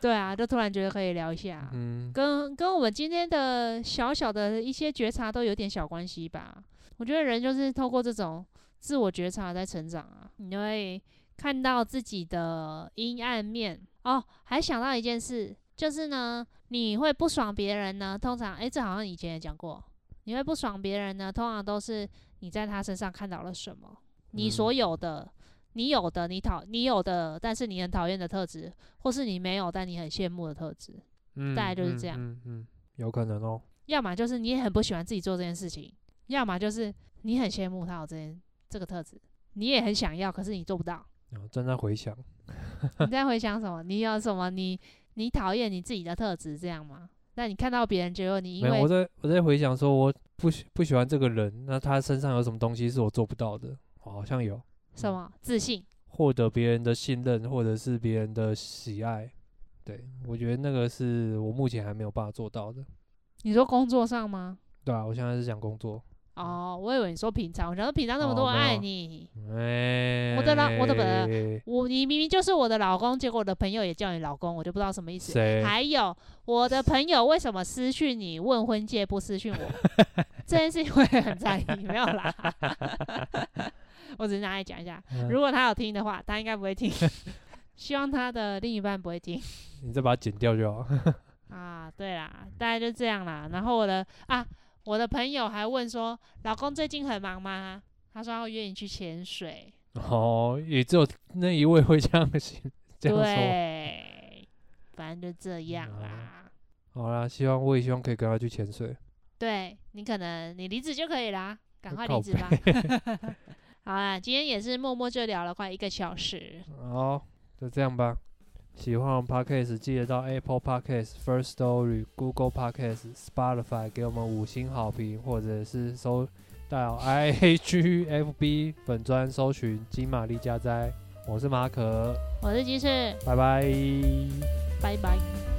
[SPEAKER 1] 对啊，就突然觉得可以聊一下。啊
[SPEAKER 2] 嗯，
[SPEAKER 1] 跟跟我们今天的小小的一些觉察都有点小关系吧。我觉得人就是透过这种自我觉察在成长啊，你会看到自己的阴暗面哦。还想到一件事，就是呢，你会不爽别人呢，通常诶，这好像以前也讲过，你会不爽别人呢，通常都是你在他身上看到了什么，你
[SPEAKER 2] 嗯
[SPEAKER 1] 所有的。你有的，你讨你有的，但是你很讨厌的特质，或是你没有但你很羡慕的特质，
[SPEAKER 2] 嗯
[SPEAKER 1] 大概就是
[SPEAKER 2] 嗯
[SPEAKER 1] 这样
[SPEAKER 2] 嗯嗯，有可能哦。
[SPEAKER 1] 要么就是你也很不喜欢自己做这件事情，要么就是你很羡慕他有这件这个特质，你也很想要，可是你做不 到。
[SPEAKER 2] 然后正在回想，
[SPEAKER 1] 你在回想什么？你有什么你你讨厌你自己的特质这样吗？那你看到别人，结果你因
[SPEAKER 2] 没有，我
[SPEAKER 1] 为
[SPEAKER 2] 在我在回想说我不喜不喜欢这个人，那他身上有什么东西是我做不到的？哦好像有
[SPEAKER 1] 什么自信？
[SPEAKER 2] 获得别人的信任，或者是别人的喜爱。对，我觉得那个是我目前还没有办法做到的。
[SPEAKER 1] 你说工作上吗？
[SPEAKER 2] 对啊，我现在是想工作。
[SPEAKER 1] 哦，我以为你说平常，我想说平常那么多
[SPEAKER 2] 哦
[SPEAKER 1] 人
[SPEAKER 2] 没有
[SPEAKER 1] 爱你，
[SPEAKER 2] 哎、
[SPEAKER 1] 我的老我的本我你明明就是我的老公，结果我的朋友也叫你老公，我就不知道什么意思。
[SPEAKER 2] 谁？
[SPEAKER 1] 还有我的朋友为什么私讯你问婚戒不私讯我？这件事情我也很在意，没有啦。 我只是拿来讲一下，
[SPEAKER 2] 嗯
[SPEAKER 1] 如果他有听的话，他应该不会听， 希望他的另一半不会听
[SPEAKER 2] 你再把它剪掉就好。
[SPEAKER 1] 啊。对啦，大概就这样啦。然后我的啊，我的朋友还问说，老公最近很忙吗？他说他会约你去潜水。
[SPEAKER 2] 哦，也只有那一位会这样想这样说。
[SPEAKER 1] 对，反正就这样
[SPEAKER 2] 嗯
[SPEAKER 1] 啦。
[SPEAKER 2] 好啦，希望我也希望可以跟他去潜水。
[SPEAKER 1] 对你可能你离职就可以啦，赶快离
[SPEAKER 2] 靠
[SPEAKER 1] 职吧。 好啦，今天也是默默就聊了快一个小时，
[SPEAKER 2] 好，就这样吧。喜欢我们 Podcast，记得到 Apple Podcast、First Story、Google Podcast、Spotify 给我们五星好评，或者是搜到 i h f b 粉专搜寻金玛丽家哉，我是马可，
[SPEAKER 1] 我是鸡翅，
[SPEAKER 2] 拜拜。
[SPEAKER 1] 拜拜。